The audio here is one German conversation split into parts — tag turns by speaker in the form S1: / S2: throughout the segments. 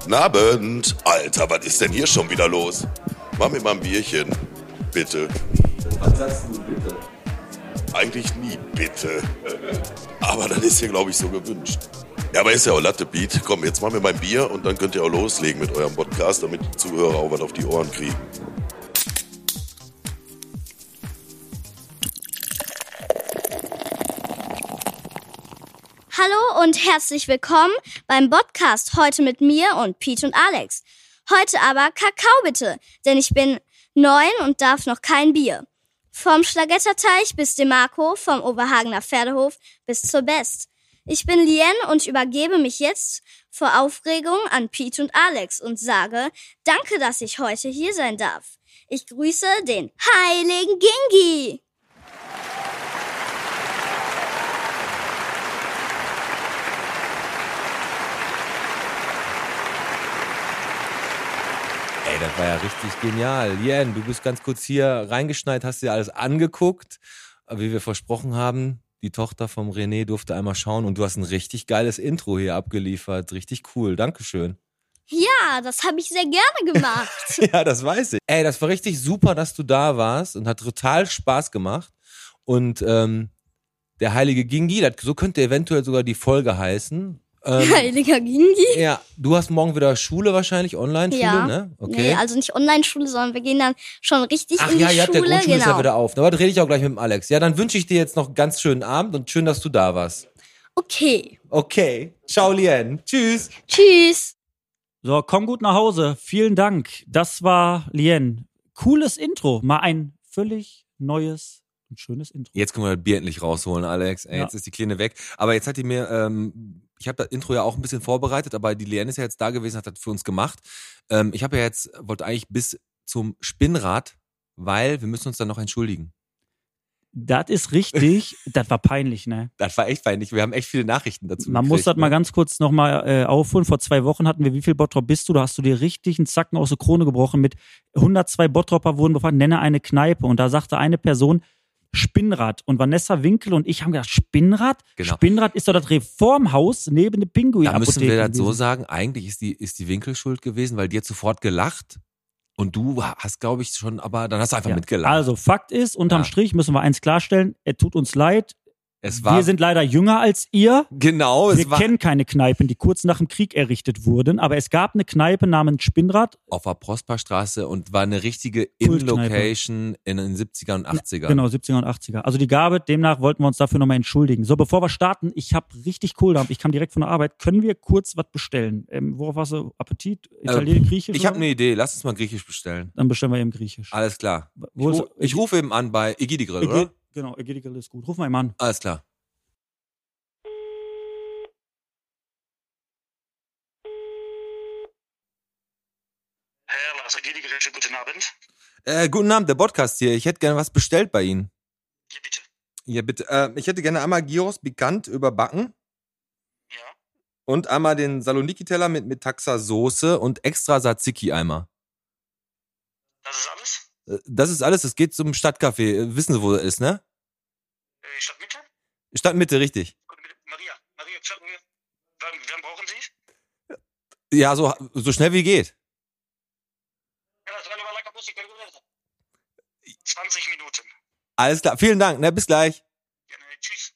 S1: Guten Abend. Alter, was ist denn hier schon wieder los? Mach mir mal ein Bierchen. Bitte.
S2: Was sagst du bitte?
S1: Eigentlich nie bitte. Aber das ist hier, glaube ich, so gewünscht. Ja, aber ist ja auch Latte Beat. Komm, jetzt machen wir mein Bier und dann könnt ihr auch loslegen mit eurem Podcast, damit die Zuhörer auch was auf die Ohren kriegen.
S3: Hallo und herzlich willkommen beim Podcast heute mit mir und Pete und Alex. Heute aber Kakao bitte, denn ich bin neun und darf noch kein Bier. Vom Schlagetterteich bis Demarco, vom Oberhagener Pferdehof bis zur Best. Ich bin Lien und übergebe mich jetzt vor Aufregung an Pete und Alex und sage, danke, dass ich heute hier sein darf. Ich grüße den heiligen Gingi.
S4: Ey, das war ja richtig genial. Jen, du bist ganz kurz hier reingeschneit, hast dir alles angeguckt. Wie wir versprochen haben, die Tochter vom René durfte einmal schauen und du hast ein richtig geiles Intro hier abgeliefert. Richtig cool. Dankeschön.
S3: Ja, das habe ich sehr gerne gemacht.
S4: Ja, das weiß ich. Ey, das war richtig super, dass du da warst und hat total Spaß gemacht. Und ähm, der heilige Gingi, das, so könnte eventuell sogar die Folge heißen. Ähm,
S3: Heiliger Gingi.
S4: ja, du hast morgen wieder Schule wahrscheinlich, Online-Schule,
S3: Ja.
S4: ne?
S3: Nee, also nicht Online-Schule, sondern wir gehen dann schon richtig
S4: Ach
S3: in die
S4: ja, ihr habt ja
S3: Schule.
S4: Grundschule ist ja
S3: genau.
S4: wieder auf. Aber rede ich auch gleich mit dem Alex. Ja, dann wünsche ich dir jetzt noch einen ganz schönen Abend und schön, dass du da warst.
S3: Okay.
S4: Okay. Ciao, Lien. Tschüss.
S3: Tschüss.
S5: So, komm gut nach Hause. Vielen Dank. Das war Lien. Cooles Intro. Mal ein völlig neues und schönes Intro.
S4: Jetzt können wir das Bier endlich rausholen, Alex. Ey,
S5: Ja.
S4: Jetzt ist die Kleine weg. Aber jetzt hat die mir, ähm, ich habe das Intro ja auch ein bisschen vorbereitet, aber die Leanne ist ja jetzt da gewesen, hat das für uns gemacht. Ähm, ich habe ja jetzt, wollte eigentlich bis zum Spinnrad, weil wir müssen uns dann noch entschuldigen.
S5: Das ist richtig. Das war peinlich, ne?
S4: Das war echt peinlich. Wir haben echt viele Nachrichten dazu.
S5: Man muss
S4: gekriegt,
S5: das mal
S4: ne?
S5: ganz kurz nochmal äh, aufholen. Vor zwei Wochen hatten wir, wie viel Bottrop bist du? Da hast du dir richtig einen Zacken aus der Krone gebrochen mit 102 Bottropper wurden befragt, nenne eine Kneipe. Und da sagte eine Person, Spinnrad. Und Vanessa Winkel und ich haben gedacht, Spinnrad?
S4: Genau.
S5: Spinnrad ist doch das Reformhaus neben dem Pinguin.
S4: Da müssen wir das so sagen, eigentlich ist die, ist die Winkel schuld gewesen, weil die hat sofort gelacht und du hast, glaube ich, schon, aber dann hast du einfach
S5: Ja.
S4: mitgelacht.
S5: Also Fakt ist, unterm
S4: Ja.
S5: Strich müssen wir eins klarstellen, es tut uns leid.
S4: es war,
S5: Also, wir sind leider jünger als ihr.
S4: genau, es
S5: Wir
S4: war
S5: kennen keine Kneipen, die kurz nach dem Krieg errichtet wurden, aber es gab eine Kneipe namens Spinnrad.
S4: auf der Prosperstraße und war eine richtige
S5: Kultkneipe.
S4: In-Location in den 70er und 80er.
S5: Genau, 70er und 80er. Also die Gabe, demnach wollten wir uns dafür nochmal entschuldigen. So, bevor wir starten, ich habe richtig Kohldampf. Ich kam direkt von der Arbeit. Können wir kurz was bestellen? Ähm, worauf hast du? Appetit? Italien, Griechisch?
S4: Ähm, Ich ne-
S5: oder
S4: habe eine Idee, lass uns mal Griechisch bestellen.
S5: so? Dann bestellen wir eben Griechisch.
S4: Alles klar. Ich,
S5: Wo ist-
S4: ru ich rufe eben an bei Igidi Grill,
S5: Ägä-
S4: oder?
S5: Genau, Ägädical ist gut. Ruf mal eben an.
S4: Alles klar.
S6: Herr Lasse Gedigerische, guten Abend.
S4: Äh, guten Abend, der Podcast hier. Ich hätte gerne was bestellt bei Ihnen.
S6: Ja, bitte.
S4: Ja, bitte. Äh, ich hätte gerne einmal Gyros pikant überbacken.
S6: Ja.
S4: Und einmal den Saloniki-Teller mit, mit Taxa-Soße und extra Tzatziki-Eimer.
S6: Das ist alles?
S4: Äh, Das ist alles, es geht zum Stadtcafé. Äh, Wissen Sie, wo das ist, ne?
S6: Äh, Stadtmitte?
S4: Stadtmitte, richtig.
S6: Guten Mittag. Maria, Maria, Stadt, wann, wann brauchen Sie?
S4: Ja, so, so schnell wie geht.
S6: Ja, das war eine lecker Musik. 20 Minuten.
S4: Alles klar, vielen Dank, ne? Bis gleich.
S6: Ja, ne, tschüss.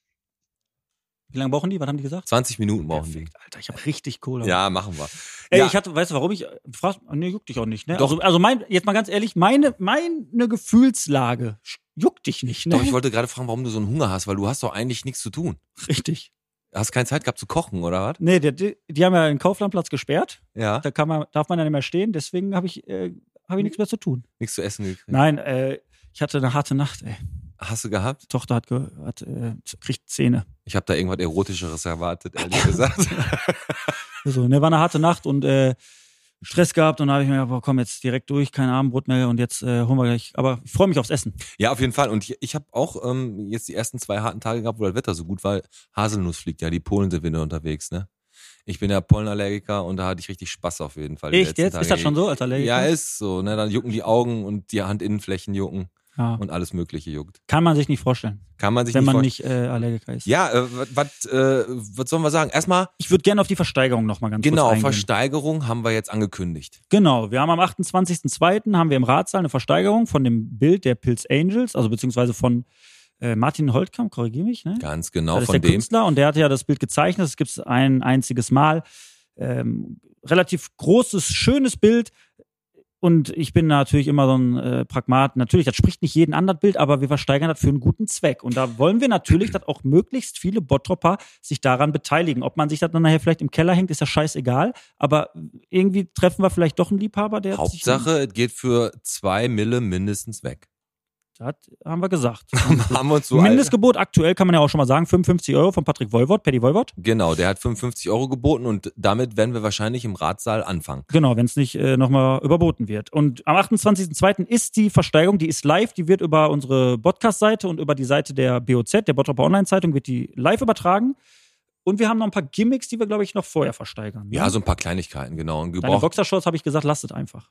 S5: Wie lange brauchen die? Was haben die gesagt?
S4: 20 Minuten brauchen die.
S5: Alter, ich habe richtig Kohldampf.
S4: Ja, machen wir.
S5: Ey,
S4: ja,
S5: ich hatte, weißt du, warum ich frag, nee, juckt dich auch nicht, ne?
S4: Doch.
S5: Also, also mein, jetzt mal ganz ehrlich, meine, meine Gefühlslage sch- juckt dich nicht, ne?
S4: doch, ich wollte gerade fragen, warum du so einen Hunger hast, weil du hast doch eigentlich nichts zu tun.
S5: Richtig.
S4: Hast keine Zeit gehabt zu kochen, oder was?
S5: Nee, die, die, die haben ja den Kauflandplatz gesperrt.
S4: Ja.
S5: Da kann man, darf man ja nicht mehr stehen, deswegen habe ich, äh, habe ich nichts mehr zu tun.
S4: Nichts zu essen gekriegt.
S5: Nein, äh, ich hatte eine harte Nacht, ey.
S4: Hast du gehabt?
S5: Die Tochter hat, ge, hat äh, kriegt Zähne.
S4: Ich habe da irgendwas Erotischeres erwartet, ehrlich gesagt.
S5: So, ne, war eine harte Nacht und äh, Stress gehabt und da habe ich mir gedacht, boah, komm, jetzt direkt durch, kein Abendbrot mehr und jetzt äh, holen wir gleich. Aber ich freue mich aufs Essen.
S4: Ja, auf jeden Fall. Und ich, ich habe auch ähm, jetzt die ersten zwei harten Tage gehabt, wo das Wetter so gut war. Haselnuss fliegt ja, die Polen sind wieder unterwegs, ne? Ich bin ja Pollenallergiker und da hatte ich richtig Spaß auf jeden Fall. die
S5: Echt
S4: letzten
S5: jetzt?
S4: Tage. eh
S5: Ist das schon so, Alter?
S4: Ja, ist so, ne? Dann jucken die Augen und die Handinnenflächen jucken.
S5: Ja.
S4: und alles Mögliche juckt.
S5: Kann man sich nicht vorstellen,
S4: Kann man sich
S5: wenn
S4: nicht
S5: man
S4: vorstellen.
S5: nicht äh, Allergiker ist.
S4: Ja, äh, was äh, was sollen wir sagen? Erstmal,
S5: Ich würde gerne auf die Versteigerung nochmal ganz kurz
S4: genau,
S5: eingehen.
S4: Versteigerung haben wir jetzt angekündigt.
S5: Genau, wir haben am 28.02. haben wir im Ratssaal eine Versteigerung von dem Bild der Pilz Angels, also beziehungsweise von äh, Martin Holtkamp, korrigiere mich, ne?
S4: Ganz genau,
S5: das ist
S4: von
S5: der
S4: dem.
S5: Künstler und der hat ja das Bild gezeichnet, das gibt es ein einziges Mal. Ähm, relativ großes, schönes Bild und ich bin natürlich immer so ein äh, Pragmat. Natürlich, das spricht nicht jeden an, das Bild, aber wir versteigern das für einen guten Zweck und da wollen wir natürlich, dass auch möglichst viele Bottropper sich daran beteiligen. Ob man sich das dann nachher vielleicht im Keller hängt, ist ja scheißegal, aber irgendwie treffen wir vielleicht doch einen Liebhaber, der
S4: Hauptsache, es geht für zwei Mille mindestens weg.
S5: sich... Das um- haben wir gesagt.
S4: haben wir uns so alt-
S5: Mindestgebot aktuell kann man ja auch schon mal sagen, 55 Euro von Patrick Wolwort, Paddy Wolwort.
S4: Genau, der hat 55 Euro geboten und damit werden wir wahrscheinlich im Ratsaal anfangen.
S5: Genau, wenn es nicht äh, nochmal überboten wird. Und am 28.02. ist die Versteigerung, die ist live, die wird über unsere Podcast-Seite und über die Seite der BOZ, der Bottroper Online-Zeitung, wird die live übertragen. Und wir haben noch ein paar Gimmicks, die wir, glaube ich, noch vorher versteigern. ne?
S4: Ja, so ein paar Kleinigkeiten, genau. Und
S5: Deine
S4: gebraucht.
S5: Boxershorts habe ich gesagt, lasst es einfach.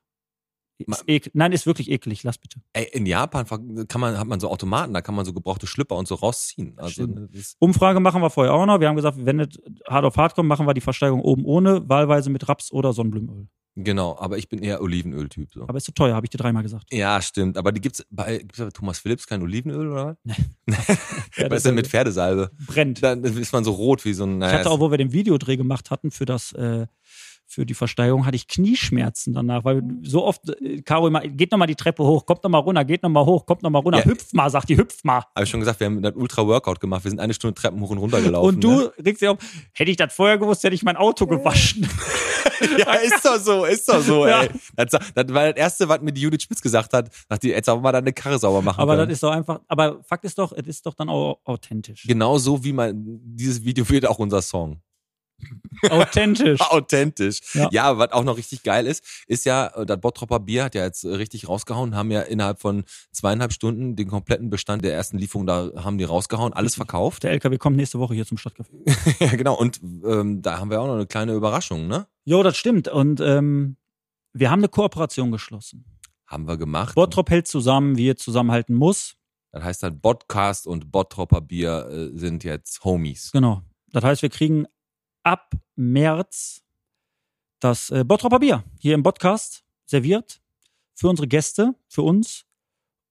S4: Ma-
S5: Ist ek Nein, ist wirklich eklig, lasst bitte.
S4: Ey, in Japan ver- kann man, hat man so Automaten, da kann man so gebrauchte Schlüpper und so rausziehen. Also,
S5: Stimmt.
S4: ne, das ist,
S5: Umfrage machen wir vorher auch noch. Wir haben gesagt, wenn es hart auf hart kommt, machen wir die Versteigerung oben ohne, wahlweise mit Raps oder Sonnenblumenöl.
S4: genau, aber ich bin eher Olivenöl-Typ. So.
S5: Aber ist zu teuer, habe ich dir dreimal gesagt.
S4: Ja, stimmt. Aber die gibt's bei, gibt's bei Thomas Philips kein Olivenöl, oder? Nee. Was ist
S5: Pferdesalbe.
S4: denn mit Pferdesalbe?
S5: Brennt.
S4: Dann ist man so rot wie so ein.
S5: Ich hatte
S4: ist-
S5: auch, wo wir den Videodreh gemacht hatten für das, äh, für die Versteigerung, hatte ich Knieschmerzen danach, weil so oft, äh, Caro immer, geht nochmal die Treppe hoch, kommt nochmal runter, geht nochmal hoch, kommt nochmal runter,
S4: Ja.
S5: hüpf mal, sagt die, hüpf mal.
S4: Hab ich schon gesagt, wir haben ein Ultra-Workout gemacht. Wir sind eine Stunde Treppen hoch und runter gelaufen.
S5: Und du
S4: Ne?
S5: regst dich auf, hätte ich das vorher gewusst, hätte ich mein Auto gewaschen.
S4: Ja, ist doch so, ist doch so,
S5: Ja.
S4: ey. Das, das war das Erste, was mir die Judith Spitz gesagt hat. Sagt die, jetzt auch mal deine Karre sauber machen.
S5: aber
S4: können.
S5: das ist doch einfach, aber Fakt ist doch, es ist doch dann auch authentisch.
S4: Genau so wie man, dieses Video wird auch unser Song.
S5: authentisch.
S4: Authentisch. Ja.
S5: Ja.
S4: was auch noch richtig geil ist, ist ja, äh, das Bottropper Bier hat ja jetzt äh, richtig rausgehauen, haben ja innerhalb von zweieinhalb Stunden den kompletten Bestand der ersten Lieferung da haben die rausgehauen, alles verkauft.
S5: Der LKW kommt nächste Woche hier zum Stadtcafé.
S4: ja, genau. Und ähm, da haben wir auch noch eine kleine Überraschung, ne?
S5: Jo, das stimmt. Und ähm, wir haben eine Kooperation geschlossen.
S4: Haben wir gemacht.
S5: Bottrop hält zusammen, wie er zusammenhalten muss.
S4: Das heißt dann Podcast und Bottropper Bier äh, sind jetzt Homies.
S5: Genau. Das heißt, wir kriegen ab März das äh, Bottropper Bier hier im Podcast serviert für unsere Gäste, für uns.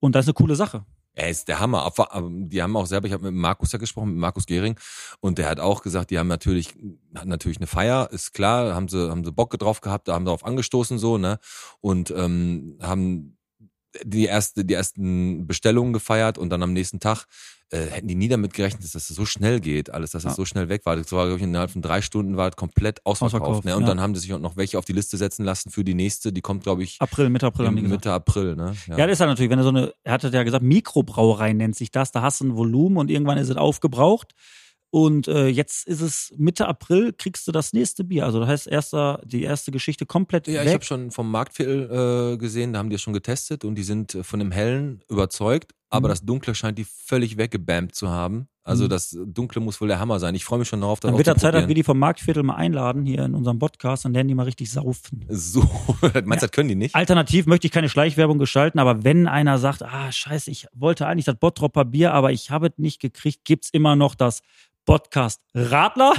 S5: Und das ist eine coole Sache.
S4: Ey, ist der Hammer. Auf- aber Die haben auch selber, ich habe mit Markus ja gesprochen, mit Markus Gehring, und der hat auch gesagt, die haben natürlich, hatten natürlich eine Feier, ist klar, haben sie, haben sie Bock drauf gehabt, da haben darauf angestoßen so, ne? Und ähm, haben die erste, die ersten Bestellungen gefeiert und dann am nächsten Tag äh, hätten die nie damit gerechnet, dass das so schnell geht, alles, dass das
S5: Ja.
S4: so schnell weg war. Das war, glaube ich, innerhalb von drei Stunden war das komplett ausverkauft.
S5: Ausverkauft,
S4: ne? Und
S5: ja.
S4: dann haben die sich auch noch welche auf die Liste setzen lassen für die nächste, die kommt, glaube ich,
S5: April, Mitte April haben die gesagt.
S4: Mitte April, ne?
S5: Ja, das ist ja natürlich, wenn er so eine, er hatte ja gesagt, Mikrobrauerei nennt sich das, da hast du ein Volumen und irgendwann ist es aufgebraucht. Und äh, jetzt ist es Mitte April, kriegst du das nächste Bier. Also das heißt, erster, die erste Geschichte komplett
S4: Ja, ich
S5: weg.
S4: habe schon vom Marktviertel äh, gesehen, da haben die es schon getestet und die sind äh, von dem Hellen überzeugt, aber
S5: Mhm.
S4: das Dunkle scheint die völlig weggebammt zu haben. Also
S5: Mhm.
S4: das Dunkle muss wohl der Hammer sein. Ich freue mich schon darauf, das
S5: Dann
S4: auch
S5: wird
S4: zu
S5: der Zeit, dass wir
S4: probieren.
S5: die vom Marktviertel mal einladen hier in unserem Podcast und lernen die mal richtig saufen.
S4: So, meinst du, das können die nicht?
S5: Alternativ möchte ich keine Schleichwerbung gestalten, aber wenn einer sagt, ah, scheiße, ich wollte eigentlich das Bottropper Bier, aber ich habe es nicht gekriegt, gibt's immer noch das Podcast Radler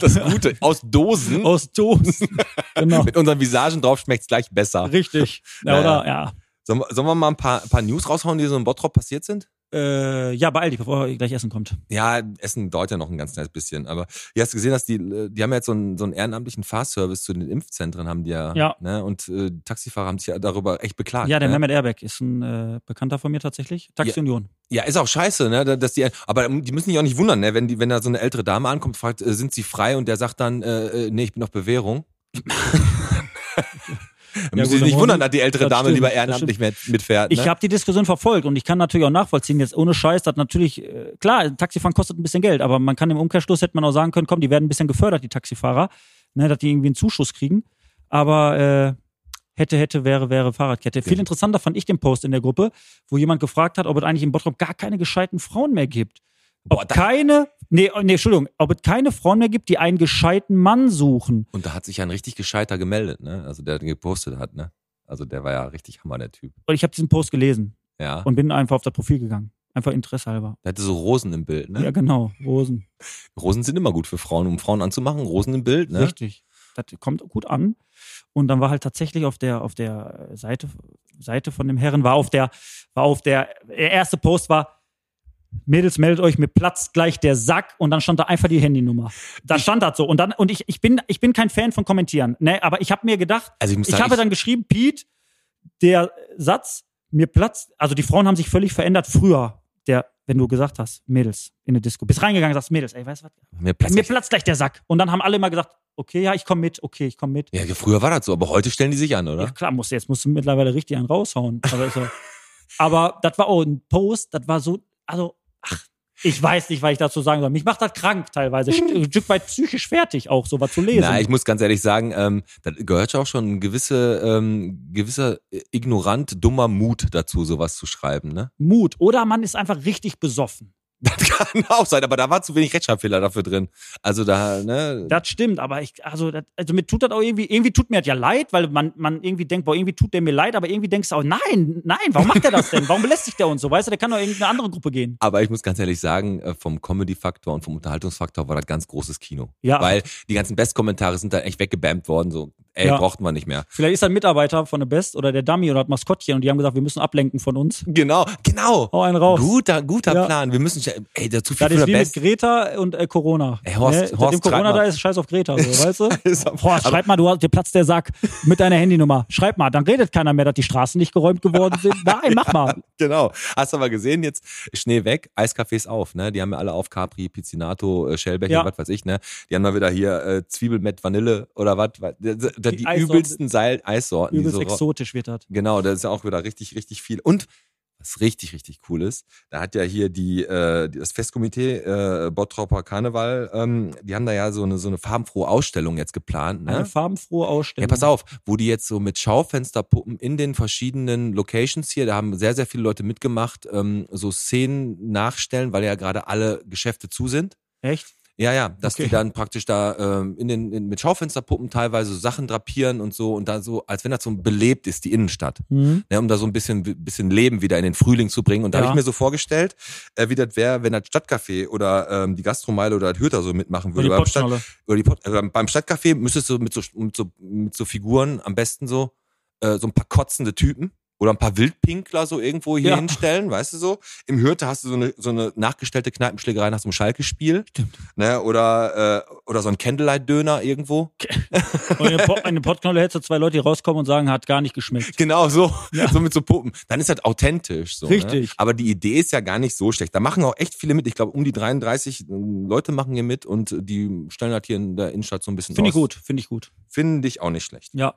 S4: Das Gute, aus Dosen,
S5: aus Dosen. genau.
S4: mit unseren Visagen drauf schmeckt's gleich besser.
S5: Richtig. Ja,
S4: Naja.
S5: oder? Ja.
S4: Sollen, wir- sollen wir mal ein paar, ein paar News raushauen, die so in Bottrop passiert sind?
S5: Äh, ja, beeil dich, bevor gleich Essen kommt.
S4: Ja, Essen dauert ja noch ein ganz kleines bisschen, aber du hast gesehen, dass die, äh, die haben ja jetzt so einen, so einen ehrenamtlichen Fahrservice zu den Impfzentren, haben die ja.
S5: Ja.
S4: Ne? Und äh, die Taxifahrer haben sich ja darüber echt beklagt.
S5: Ja, der
S4: ne?
S5: Mehmet Erbeck ist ein äh, Bekannter von mir tatsächlich. Taxi
S4: Ja.
S5: Union.
S4: Ja, ist auch scheiße, ne? da- Dass die, aber die müssen sich auch nicht wundern, ne? wenn, die, wenn da so eine ältere Dame ankommt, fragt, äh, sind sie frei und der sagt dann, äh, äh, nee, ich bin auf Bewährung. Dann müssen
S5: Ja,
S4: sie
S5: gut,
S4: sich nicht
S5: aber-
S4: wundern, dass die ältere
S5: das
S4: Dame
S5: stimmt,
S4: lieber
S5: das
S4: ehrenamtlich mit, mitfährt. Ne?
S5: Ich habe die Diskussion verfolgt und ich kann natürlich auch nachvollziehen, jetzt ohne Scheiß, dass natürlich, äh, klar, Taxifahren kostet ein bisschen Geld, aber man kann im Umkehrschluss hätte man auch sagen können, komm, die werden ein bisschen gefördert, die Taxifahrer, ne, dass die irgendwie einen Zuschuss kriegen. Aber äh, hätte, hätte, wäre, wäre Fahrradkette. Viel interessanter fand ich den Post in der Gruppe, wo jemand gefragt hat, ob es eigentlich in Bottrop gar keine gescheiten Frauen mehr gibt. Ob
S4: Boah, da-
S5: keine, nee, oh, nee, Entschuldigung, ob es keine Frauen mehr gibt, die einen gescheiten Mann suchen.
S4: und da hat sich ja ein richtig Gescheiter gemeldet, ne? also der den gepostet hat. Ne? Also der war ja richtig Hammer, der Typ.
S5: Und ich habe diesen Post gelesen.
S4: Ja.
S5: und bin einfach auf das Profil gegangen. Einfach Interesse halber.
S4: da hatte so Rosen im Bild, ne?
S5: Ja, genau. Rosen.
S4: Rosen sind immer gut für Frauen, um Frauen anzumachen. Rosen im Bild, ne?
S5: Richtig. Das kommt gut an. Und dann war halt tatsächlich auf der, auf der Seite, Seite von dem Herren, war auf der, war auf der, der erste Post war, Mädels, meldet euch, mir platzt gleich der Sack und dann stand da einfach die Handynummer. Da stand das so. Und dann, und ich, ich bin, ich bin kein Fan von Kommentieren. Ne, aber ich habe mir gedacht,
S4: Also ich muss
S5: ich
S4: sagen,
S5: habe dann geschrieben, Pete, der Satz, mir platzt, also die Frauen haben sich völlig verändert früher, der, wenn du gesagt hast, Mädels in eine Disco. Bist reingegangen und sagst, Mädels, ey, weißt du was?
S4: mir platzt
S5: Mir platzt gleich der Sack. Und dann haben alle mal gesagt, okay, ja, ich komme mit, okay, ich komme mit.
S4: Ja, früher war das so, aber heute stellen die sich an,
S5: Ja,
S4: oder?
S5: klar, musst, du- jetzt musst du mittlerweile richtig einen raushauen. Aber, ist ja- aber das war auch ein Post, das war so, also, ach, ich weiß nicht, was ich dazu sagen soll. Mich macht das krank teilweise, ein Stück weit psychisch fertig auch, sowas zu lesen.
S4: Na, ich muss ganz ehrlich sagen, ähm, da gehört ja auch schon ein gewisse, ähm, gewisser ignorant, dummer Mut dazu, sowas zu schreiben, ne?
S5: Mut. Oder man ist einfach richtig besoffen.
S4: Das kann auch sein, aber da war zu wenig Rechtschreibfehler dafür drin. Also da, ne?
S5: Das stimmt, aber ich, also, das, also mir tut das auch irgendwie, irgendwie tut mir das ja leid, weil man, man irgendwie denkt, boah, irgendwie tut der mir leid, aber irgendwie denkst du auch, nein, nein, warum macht der das denn? Warum belästigt der uns so? Weißt du, der kann doch in irgendeine andere Gruppe gehen.
S4: aber ich muss ganz ehrlich sagen, äh, vom Comedy-Faktor und vom Unterhaltungsfaktor war das ganz großes Kino.
S5: Ja.
S4: Weil die ganzen Best-Kommentare sind da echt weggebammt worden, so, ey,
S5: Ja.
S4: brauchten wir nicht mehr.
S5: Vielleicht ist da ein Mitarbeiter von der Best oder der Dummy oder das Maskottchen und die haben gesagt, wir müssen ablenken von uns.
S4: Genau, genau.
S5: Hau einen raus.
S4: Guter, guter
S5: Ja.
S4: Plan. Wir müssen, ey, dazu viel
S5: Das
S4: für
S5: ist
S4: der
S5: wie
S4: Best.
S5: mit Greta und äh, Corona.
S4: Ey, Horst-
S5: Seitdem
S4: Horst
S5: Corona
S4: Treibmann.
S5: da ist, scheiß auf Greta, so, weißt du?
S4: Ist aber-
S5: Horst, schreib mal, du hast, dir platzt der Sack mit deiner Handynummer. Schreib mal, dann redet keiner mehr, dass die Straßen nicht geräumt geworden sind. Nein, mach mal.
S4: Genau. Hast du mal gesehen, jetzt Schnee weg, Eiscafés auf, ne? Die haben ja alle auf Capri, Pizzinato, äh, Schellbeck
S5: Ja.
S4: und was weiß ich, ne? Die haben mal wieder hier äh, Zwiebel mit Vanille oder was. wa- d- d- Die,
S5: Die Eissorten.
S4: übelsten Seil Eissorten.
S5: Übelst
S4: die so ra-
S5: exotisch wird das.
S4: genau, da ist ja auch wieder richtig, richtig viel. Und was richtig, richtig cool ist, da hat ja hier die, äh, das Festkomitee äh, Bottropper Karneval, ähm, die haben da ja so eine, so eine farbenfrohe Ausstellung jetzt geplant. Ne?
S5: Eine farbenfrohe Ausstellung.
S4: Ja, pass auf, wo die jetzt so mit Schaufensterpuppen in den verschiedenen Locations hier, da haben sehr, sehr viele Leute mitgemacht, ähm, so Szenen nachstellen, weil ja gerade alle Geschäfte zu sind.
S5: Echt?
S4: Ja, ja, dass
S5: Okay.
S4: die dann praktisch da ähm, in den in, mit Schaufensterpuppen teilweise so Sachen drapieren und so und da so, als wenn das so belebt ist, die Innenstadt.
S5: Mhm.
S4: Ne, um da so ein bisschen, bisschen Leben wieder in den Frühling zu bringen. Und da
S5: Ja.
S4: habe ich mir so vorgestellt, äh, wie das wäre, wenn das Stadtcafé oder ähm, die Gastromeile oder das Hürter so mitmachen
S5: Oder
S4: würde.
S5: die
S4: Beim Stadt-
S5: Potschnolle.
S4: oder die Pot äh, beim Stadtcafé müsstest du mit so, mit so, mit so Figuren am besten so, äh, so ein paar kotzende Typen oder ein paar Wildpinkler so irgendwo hier
S5: Ja.
S4: hinstellen, weißt du so. Im Hürte hast du so eine, so eine nachgestellte Kneipenschlägerei nach so einem Schalke-Spiel. Stimmt. Ne, oder, äh, oder so ein Candlelight-Döner irgendwo.
S5: Und in der Po- in der Pottknolle hättest du zwei Leute, die rauskommen und sagen, hat gar nicht geschmeckt.
S4: Genau, so, so mit so Puppen. Dann ist das authentisch. So, Ne?
S5: Richtig.
S4: Aber die Idee ist ja gar nicht so schlecht. Da machen auch echt viele mit. Ich glaube, um die 33 Leute machen hier mit und die stellen halt hier in der Innenstadt so ein bisschen
S5: Finde ich
S4: aus.
S5: gut, finde ich gut.
S4: Finde ich auch nicht schlecht.
S5: Ja.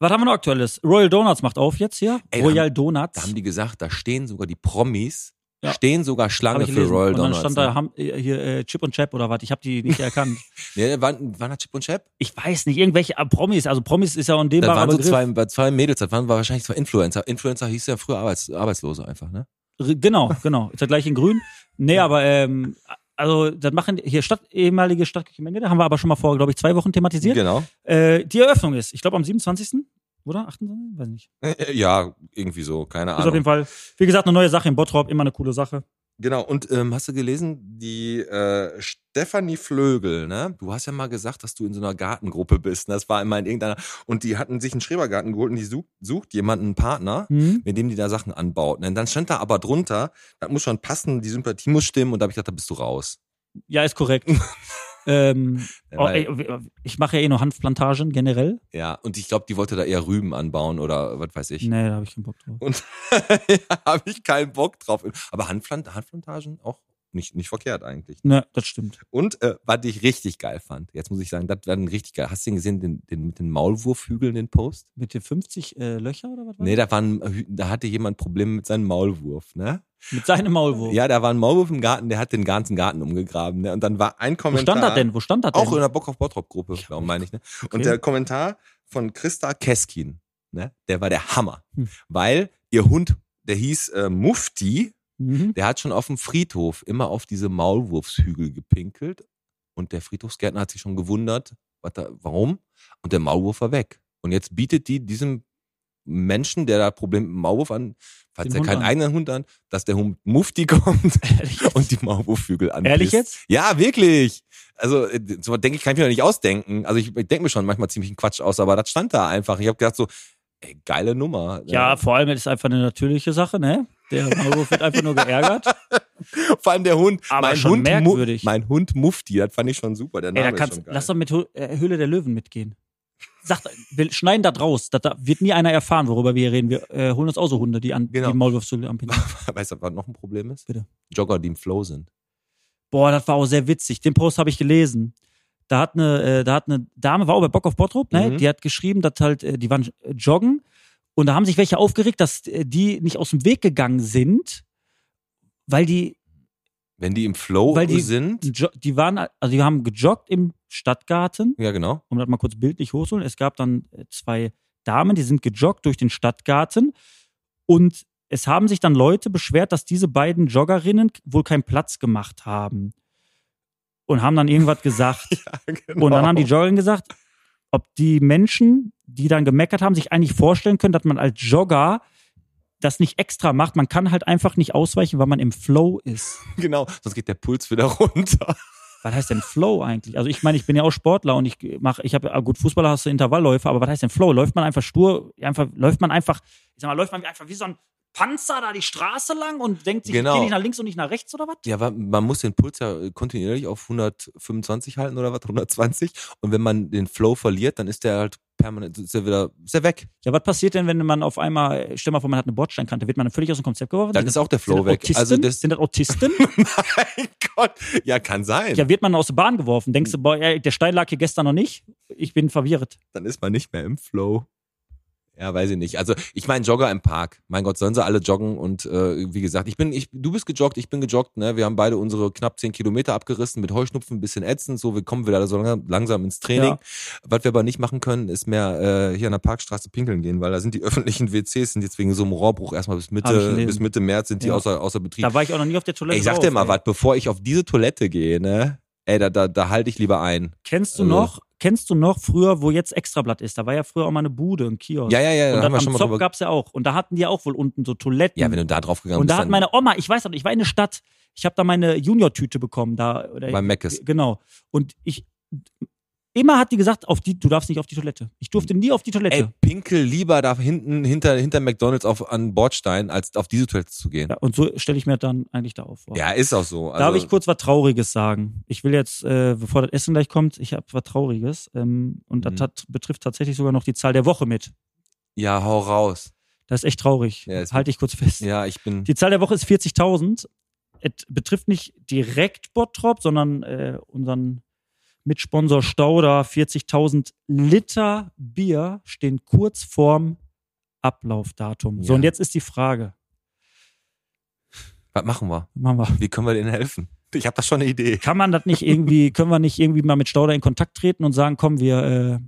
S5: Was haben wir noch aktuelles? Royal Donuts macht auf jetzt hier.
S4: Ey, da
S5: Royal
S4: Da
S5: Donuts.
S4: haben die gesagt, da stehen sogar die Promis,
S5: Ja.
S4: stehen sogar
S5: Hab
S4: Schlange
S5: ich
S4: für
S5: gelesen.
S4: Royal
S5: und dann
S4: Donuts.
S5: stand da haben, äh, hier äh, Chip und Chap oder was. Ich habe die nicht erkannt.
S4: ne? ne, waren, waren das Chip und Chap?
S5: ich weiß nicht, irgendwelche äh, Promis. Also Promis ist ja auch ein
S4: Da
S5: dehnbarer
S4: waren so
S5: Begriff.
S4: zwei, war zwei Mädels, das waren wahrscheinlich zwei Influencer. Influencer hieß ja früher Arbeits, Arbeitslose einfach, ne?
S5: R- Genau, genau. Ist ja gleich in grün. Nee, aber ähm, also das machen hier Stadt, ehemalige Stadtküche Menge, da haben wir aber schon mal vor, glaube ich, zwei Wochen thematisiert.
S4: Genau.
S5: Äh, die Eröffnung ist, ich glaube, am 27. oder 28. Weiß nicht.
S4: Äh, Ja, irgendwie so, keine
S5: Ist auf jeden
S4: Ahnung.
S5: Fall, wie gesagt, eine neue Sache in Bottrop, immer eine coole Sache.
S4: Genau, und ähm, hast du gelesen, die äh, Stefanie Flögel, ne? Du hast ja mal gesagt, dass du in so einer Gartengruppe bist. ne? Das war immer in irgendeiner. Und die hatten sich einen Schrebergarten geholt und die sucht, sucht jemanden, einen Partner.
S5: Hm?
S4: mit dem die da Sachen anbauten. Und dann stand da aber drunter, das muss schon passen, die Sympathie muss stimmen und da habe ich gedacht, da bist du raus.
S5: Ja, ist korrekt. ähm, oh,
S4: Weil-
S5: ey, ich mache ja eh nur Hanfplantagen generell.
S4: ja, und ich glaube, die wollte da eher Rüben anbauen oder was weiß ich.
S5: Nee, da habe ich keinen Bock drauf.
S4: Und ja, habe ich keinen Bock drauf. Aber Handplant Handplantagen auch nicht, nicht verkehrt eigentlich.
S5: Ne, das stimmt.
S4: Und äh, was ich richtig geil fand, jetzt muss ich sagen, das war ein richtig geil. Hast du den gesehen, den, den mit den Maulwurfhügeln, den Post?
S5: Mit den 50 äh, Löcher oder was? war
S4: Nee,
S5: das?
S4: da, waren, da hatte jemand Probleme mit seinem Maulwurf, ne?
S5: Mit seinem Maulwurf.
S4: Ja, da war ein Maulwurf im Garten, der hat den ganzen Garten umgegraben, ne? Und dann war ein
S5: Wo
S4: Kommentar.
S5: stand das denn? Wo stand das denn?
S4: Auch in der Bock auf Bottrop-Gruppe, glaube meine ich. Ne?
S5: Okay.
S4: Und der Kommentar von Christa Keskin, ne? der war der Hammer.
S5: Hm.
S4: Weil ihr Hund, der hieß äh, Mufti,
S5: mhm.
S4: der hat schon auf dem Friedhof immer auf diese Maulwurfshügel gepinkelt. Und der Friedhofsgärtner hat sich schon gewundert, was da, warum? Und der Maulwurf war weg. Und jetzt bietet die diesem Menschen, der da Probleme mit dem Maulwurf an, falls
S5: Den
S4: er
S5: Hund
S4: keinen
S5: an.
S4: eigenen Hund an, dass der Hund Mufti kommt und die Maulwurfvögel anpisst.
S5: Ehrlich jetzt?
S4: Ja, wirklich. Also, äh, so was denke ich, kann ich mir doch nicht ausdenken. Also, ich, ich denke mir schon manchmal ziemlich einen Quatsch aus, aber das stand da einfach. Ich habe gedacht so, ey, geile Nummer. ne?
S5: Ja, vor allem das ist einfach eine natürliche Sache, ne? Der Maulwurf wird einfach nur geärgert.
S4: Vor allem der Hund.
S5: Aber
S4: mein
S5: schon
S4: Hund, Mu-
S5: merkwürdig.
S4: Mein Hund Mufti, das fand ich schon super. Der
S5: Ey,
S4: Name
S5: da
S4: ist
S5: kannst,
S4: schon geil.
S5: lass doch mit Hö- äh, Höhle der Löwen mitgehen. Sag, wir schneiden da draus. Da, da wird nie einer erfahren, worüber wir hier reden. Wir äh, holen uns auch so Hunde, die an
S4: Genau.
S5: die Maulwurfshöhle anpinnen.
S4: weißt du, was noch ein Problem ist?
S5: Bitte.
S4: Jogger, die im Flow sind.
S5: Boah, das war auch sehr witzig. Den Post habe ich gelesen. Da hat eine, äh, da hat eine Dame, war auch bei Bock auf Bottrop, ne?
S4: Mhm.
S5: Die hat geschrieben, dass halt, äh, die waren äh, joggen und da haben sich welche aufgeregt, dass äh, die nicht aus dem Weg gegangen sind, weil die,
S4: Wenn die im Flow
S5: Weil die-
S4: sind.
S5: jo- die waren, also die haben gejoggt im Stadtgarten
S4: Ja, genau.
S5: um das mal kurz bildlich hochzuholen, es gab dann äh, zwei Damen, die sind gejoggt durch den Stadtgarten und es haben sich dann Leute beschwert, dass diese beiden Joggerinnen wohl keinen Platz gemacht haben und haben dann irgendwas gesagt. Genau. Und dann haben die Joggerinnen gesagt, ob die Menschen, die dann gemeckert haben, sich eigentlich vorstellen können, dass man als Jogger das nicht extra macht. Man kann halt einfach nicht ausweichen, weil man im Flow ist.
S4: genau. Sonst geht der Puls wieder runter.
S5: Was heißt denn Flow eigentlich? Also ich meine, ich bin ja auch Sportler und ich mache, ich habe gut Fußballer hast du Intervallläufe, aber was heißt denn Flow? Läuft man einfach stur, einfach läuft man einfach, ich sag mal, läuft man einfach wie so ein Panzer da die Straße lang und denkt sich,
S4: Genau.
S5: ich geh nicht nach links und nicht nach rechts oder was?
S4: Ja, wa- man muss den Puls ja äh, kontinuierlich auf 125 halten oder was, 120. Und wenn man den Flow verliert, dann ist der halt permanent, ist er wieder, ist er weg.
S5: Ja, was passiert denn, wenn man auf einmal, stell mal vor, man hat eine Bordsteinkante, wird man dann völlig aus dem Konzept geworfen?
S4: Dann ist auch der Flow
S5: sind das
S4: weg.
S5: Autisten?
S4: Also das,
S5: sind das Autisten?
S4: mein Gott. Ja, kann sein.
S5: ja, wird man aus der Bahn geworfen? Denkst du, boah, ey, der Stein lag hier gestern noch nicht? Ich bin verwirrt.
S4: Dann ist man nicht mehr im Flow. Ja, weiß ich nicht. Also ich meine Jogger im Park. Mein Gott, sollen sie alle joggen und äh, wie gesagt, ich bin, ich, du bist gejoggt, ich bin gejoggt. Ne, wir haben beide unsere knapp 10 Kilometer abgerissen mit Heuschnupfen, ein bisschen ätzend. So, wir kommen wieder so langsam, langsam ins Training.
S5: Ja.
S4: Was wir aber nicht machen können, ist mehr äh, hier an der Parkstraße pinkeln gehen, weil da sind die öffentlichen WCs sind jetzt wegen so einem Rohrbruch erstmal bis
S5: Hab ich
S4: Mitte,
S5: gelesen.
S4: bis Mitte März sind die
S5: Ja.
S4: außer, außer Betrieb.
S5: Da war ich auch noch nie auf der Toilette
S4: Ey, ich sag
S5: drauf,
S4: dir mal
S5: ey.
S4: was, bevor ich auf diese Toilette gehe, ne, ey, da, da, da halte ich lieber ein.
S5: Kennst du
S4: Also-
S5: noch, kennst du noch früher, wo jetzt Extrablatt ist? Da war ja früher auch mal eine Bude, ein Kiosk.
S4: Ja, ja, ja, da
S5: und
S4: haben
S5: dann
S4: wir schon
S5: am
S4: mal
S5: Zopf
S4: drüber.
S5: gab es ja auch. Und da hatten die ja auch wohl unten so Toiletten.
S4: Ja, wenn du da drauf gegangen
S5: und
S4: bist.
S5: da hat
S4: dann-
S5: meine Oma, ich weiß noch, ich war in der Stadt, ich habe da meine Junior-Tüte bekommen. Da, oder
S4: Beim Meckes.
S5: Genau. Und ich, immer hat die gesagt, auf die, du darfst nicht auf die Toilette. Ich durfte nie auf die Toilette.
S4: Ey, pinkel lieber da hinten hinter, hinter McDonalds auf, an Bordstein, als auf diese Toilette zu gehen.
S5: Ja, und so stelle ich mir dann eigentlich da auf. vor.
S4: Ja, ist auch so. Also,
S5: Darf ich kurz was Trauriges sagen? Ich will jetzt, äh, bevor das Essen gleich kommt, ich habe was Trauriges. Ähm, und
S4: Mhm.
S5: das hat, betrifft tatsächlich sogar noch die Zahl der Woche mit.
S4: Ja, hau raus.
S5: Das ist echt traurig.
S4: Ja, ist-
S5: Halte ich kurz fest.
S4: Ja, ich bin.
S5: Die Zahl der Woche ist 40.000. Es betrifft nicht direkt Bottrop, sondern äh, unseren Mitsponsor Stauder. 40.000 Liter Bier stehen kurz vorm Ablaufdatum. So,
S4: Ja.
S5: und jetzt ist die Frage.
S4: Was machen wir?
S5: Machen wir.
S4: Wie können wir denen helfen? Ich habe da schon eine Idee.
S5: Kann man das nicht irgendwie, können wir nicht irgendwie mal mit Stauder in Kontakt treten und sagen, komm, wir, äh,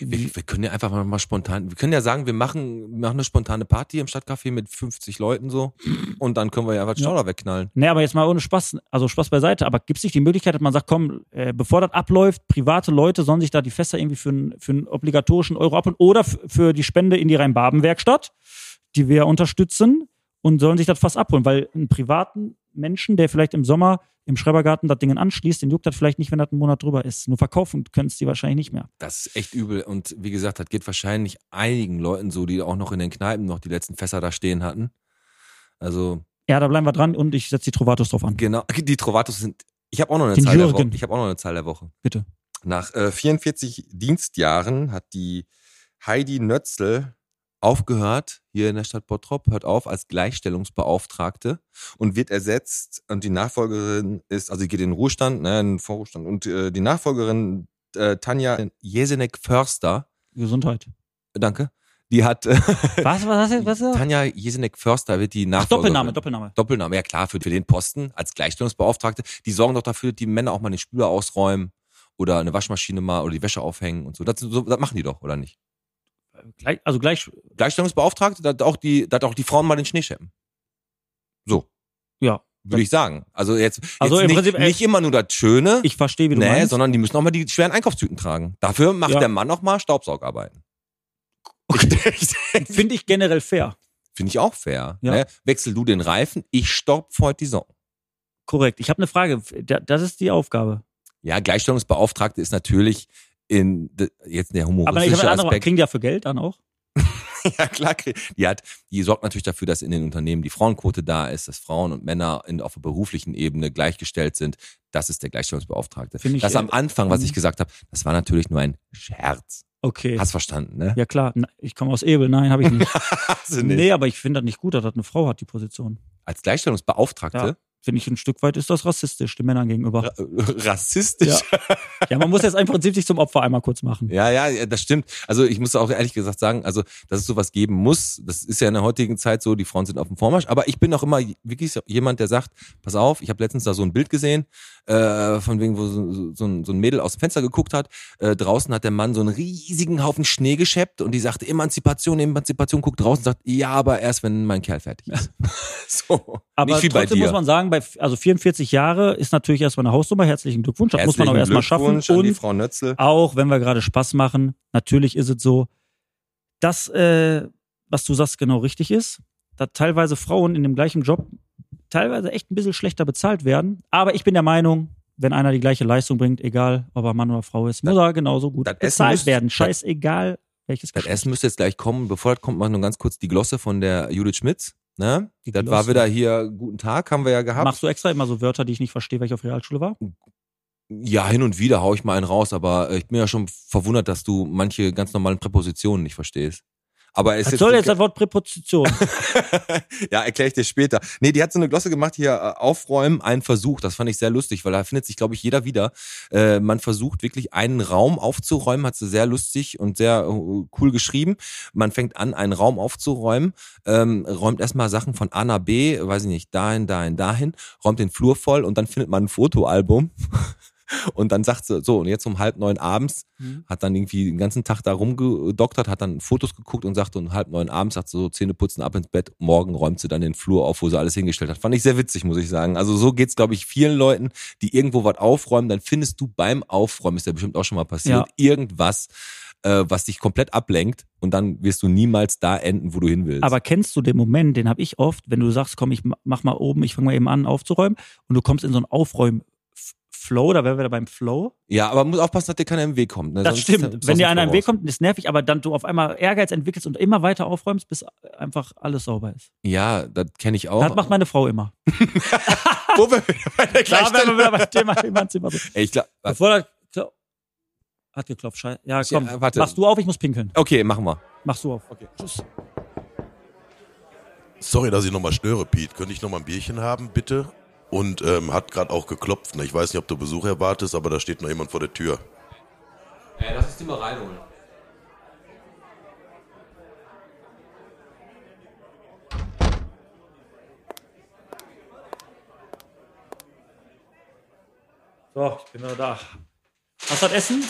S4: Wir, wir können ja einfach mal, mal spontan, wir können ja sagen, wir machen, wir machen eine spontane Party im Stadtcafé mit 50 Leuten so und dann können wir ja einfach den
S5: Ja.
S4: Stauder wegknallen.
S5: Nee, Ne, aber jetzt mal ohne Spaß, also Spaß beiseite, aber gibt es nicht die Möglichkeit, dass man sagt, komm, äh, bevor das abläuft, private Leute sollen sich da die Fässer irgendwie für, einen- für einen obligatorischen Euro abholen oder f- für die Spende in die Rhein-Baben-Werkstatt, die wir unterstützen und sollen sich das Fass abholen, weil einen privaten Menschen, der vielleicht im Sommer im Schrebergarten das Ding anschließt, den juckt das vielleicht nicht, wenn das einen Monat drüber ist. Nur verkaufen können es die wahrscheinlich nicht mehr.
S4: Das ist echt übel und wie gesagt, das geht wahrscheinlich einigen Leuten so, die auch noch in den Kneipen noch die letzten Fässer da stehen hatten. Also
S5: Ja, da bleiben wir dran und ich setze die Trovatos drauf an.
S4: Genau, die Trovatos sind. Ich habe auch noch eine
S5: Den
S4: Zahl der
S5: Jürgen.
S4: Woche. Ich habe auch noch eine Zahl der Woche.
S5: Bitte.
S4: Nach äh, 44 Dienstjahren hat die Heidi Nötzl aufgehört hier in der Stadt Bottrop, hört auf als Gleichstellungsbeauftragte und wird ersetzt und die Nachfolgerin ist, also sie geht in den Ruhestand, ne, in den Vorruhestand und äh, die Nachfolgerin äh, Tanja Jesenek-Förster,
S5: Gesundheit.
S4: danke, die hat, äh,
S5: Was, was, was, was? was?
S4: Tanja Jesenek-Förster wird die
S5: Ach,
S4: Nachfolgerin.
S5: Doppelname, Doppelname.
S4: Doppelname, ja klar, für, für den Posten als Gleichstellungsbeauftragte. Die sorgen doch dafür, dass die Männer auch mal den Spüler ausräumen oder eine Waschmaschine mal oder die Wäsche aufhängen und so. Das, so, das machen die doch, oder nicht?
S5: Gleich, also gleich,
S4: Gleichstellungsbeauftragte, dass auch die, dass auch die Frauen mal den Schnee schäppen. So.
S5: Ja.
S4: Würde ich sagen. Also jetzt,
S5: Also
S4: jetzt
S5: im
S4: nicht,
S5: Prinzip, äh,
S4: nicht immer nur das Schöne, ne,
S5: ich verstehe, wie du
S4: nee,
S5: meinst.
S4: sondern die müssen auch mal die schweren Einkaufstüten tragen. Dafür macht
S5: Ja.
S4: der Mann auch mal Staubsaugarbeiten. Ich, ich,
S5: Finde ich generell fair.
S4: Finde ich auch fair.
S5: Ja.
S4: Ne? Wechsel du den Reifen, ich stopp heute die Saison.
S5: Korrekt. Ich habe eine Frage. Da- Das ist die Aufgabe.
S4: Ja, Gleichstellungsbeauftragte ist natürlich in de, jetzt der
S5: Aber ich habe
S4: humoristische
S5: eine andere.
S4: Aspekt.
S5: Kriegen die dafür Geld dann auch?
S4: Ja, klar, krieg- die hat, die sorgt natürlich dafür, dass in den Unternehmen die Frauenquote da ist, dass Frauen und Männer in, auf der beruflichen Ebene gleichgestellt sind. Das ist der Gleichstellungsbeauftragte.
S5: Finde ich,
S4: das am
S5: äh,
S4: Anfang, was
S5: mhm.
S4: ich gesagt habe, das war natürlich nur ein Scherz.
S5: Okay.
S4: Hast verstanden, ne?
S5: Ja klar. Na, Ich komme aus Ebel. Nein, habe ich nicht.
S4: Hast du
S5: Nee, aber ich finde das nicht gut, dass das eine Frau hat, die Position.
S4: Als Gleichstellungsbeauftragte
S5: Finde ich ein Stück weit ist das rassistisch den Männern gegenüber.
S4: ra- rassistisch.
S5: Ja. Ja, man muss jetzt einfach im Prinzip sich zum Opfer einmal kurz machen.
S4: Ja, ja, ja, das stimmt. Also ich muss auch ehrlich gesagt sagen, also dass es sowas geben muss, das ist ja in der heutigen Zeit so, die Frauen sind auf dem Vormarsch. Aber ich bin auch immer wirklich so jemand, der sagt, pass auf, ich habe letztens da so ein Bild gesehen, äh, von wegen, wo so, so- so, ein, so ein Mädel aus dem Fenster geguckt hat. Äh, draußen hat der Mann so einen riesigen Haufen Schnee gescheppt und die sagt, Emanzipation, Emanzipation, guckt draußen und sagt, ja, aber erst, wenn mein Kerl fertig ist. so,
S5: Aber
S4: nicht wie bei
S5: trotzdem
S4: dir.
S5: muss man sagen, bei also 44 Jahre ist natürlich erstmal eine Hausnummer. Herzlichen Glückwunsch. Das muss man auch
S4: Herzlichen
S5: erstmal schaffen.
S4: Glückwunsch an die
S5: Und
S4: Frau Nötzl.
S5: auch wenn wir gerade Spaß machen, natürlich ist es so, dass, äh, was du sagst, genau richtig ist, dass teilweise Frauen in dem gleichen Job teilweise echt ein bisschen schlechter bezahlt werden. Aber ich bin der Meinung, wenn einer die gleiche Leistung bringt, egal ob er Mann oder Frau ist,
S4: Das-
S5: muss er genauso gut
S4: das Essen
S5: bezahlt
S4: muss-
S5: werden.
S4: das-
S5: Scheißegal, welches
S4: Das
S5: Geschlecht.
S4: Essen müsste jetzt gleich kommen. Bevor das kommt, machen wir ganz kurz die Glosse von der Judith Schmitz. Ne?
S5: Die
S4: Das
S5: Glosse.
S4: war wieder hier, guten Tag haben wir ja gehabt.
S5: Machst du extra immer so Wörter, die ich nicht verstehe, weil ich auf Realschule war?
S4: Ja, hin und wieder hau ich mal einen raus, aber äh, ich bin ja schon verwundert, dass du manche ganz normalen Präpositionen nicht verstehst. Aber es
S5: Das
S4: ist
S5: soll jetzt das Wort Präposition.
S4: ja, erkläre ich dir später. Nee, die hat so eine Glosse gemacht hier, äh, aufräumen, einen Versuch. Das fand ich sehr lustig, weil da findet sich, glaube ich, jeder wieder. Äh, man versucht wirklich einen Raum aufzuräumen, hat sie sehr lustig und sehr äh, cool geschrieben. Man fängt an, einen Raum aufzuräumen, ähm, räumt erstmal Sachen von A nach B, weiß ich nicht, dahin, dahin, dahin, räumt den Flur voll und dann findet man ein Fotoalbum. Und dann sagt sie, so, und jetzt um halb neun abends
S5: Mhm.
S4: hat dann irgendwie den ganzen Tag da rumgedoktert, hat dann Fotos geguckt und sagte um halb neun abends, sagt sie so, Zähne putzen, ab ins Bett, morgen räumt sie dann den Flur auf, wo sie alles hingestellt hat. Fand ich sehr witzig, muss ich sagen. Also so geht's, glaube ich, vielen Leuten, die irgendwo was aufräumen, dann findest du beim Aufräumen, ist ja bestimmt auch schon mal passiert,
S5: Ja.
S4: irgendwas, äh, was dich komplett ablenkt und dann wirst du niemals da enden, wo du hin willst.
S5: Aber kennst du den Moment, den habe ich oft, wenn du sagst, komm, ich ma- mach mal oben, ich fange mal eben an aufzuräumen und du kommst in so einen Aufräum-Flow, da wären wir da beim Flow.
S4: ja, aber muss aufpassen, dass dir keiner im Weg kommt. Ne?
S5: Das
S4: Sonst-
S5: stimmt.
S4: sonst
S5: wenn dir
S4: ist
S5: einer im
S4: voraus.
S5: Weg kommt, ist nervig, aber dann du auf einmal Ehrgeiz entwickelst und immer weiter aufräumst, bis einfach alles sauber ist.
S4: Ja, das kenne ich auch.
S5: Das macht meine Frau immer.
S4: Wo wir bei der
S5: Da wären wir
S4: Gleichstellung.
S5: wieder beim Thema Emanzipation.
S4: Ey, Ich glaub,
S5: Bevor er kla- hat geklopft, scheiße. Ja, komm,
S4: Ja, äh, warte.
S5: machst du auf, ich muss pinkeln.
S4: okay, machen wir.
S5: Machst du auf. Okay. Tschüss.
S1: Sorry, dass ich nochmal störe, Pete. Könnte ich nochmal ein Bierchen haben, bitte? Und ähm, hat gerade auch geklopft. Ne? Ich weiß nicht, ob du Besuch erwartest, aber da steht noch jemand vor der Tür.
S4: Ey, Äh, lass uns die mal reinholen.
S5: So, ich bin wieder da. Hast du das Essen?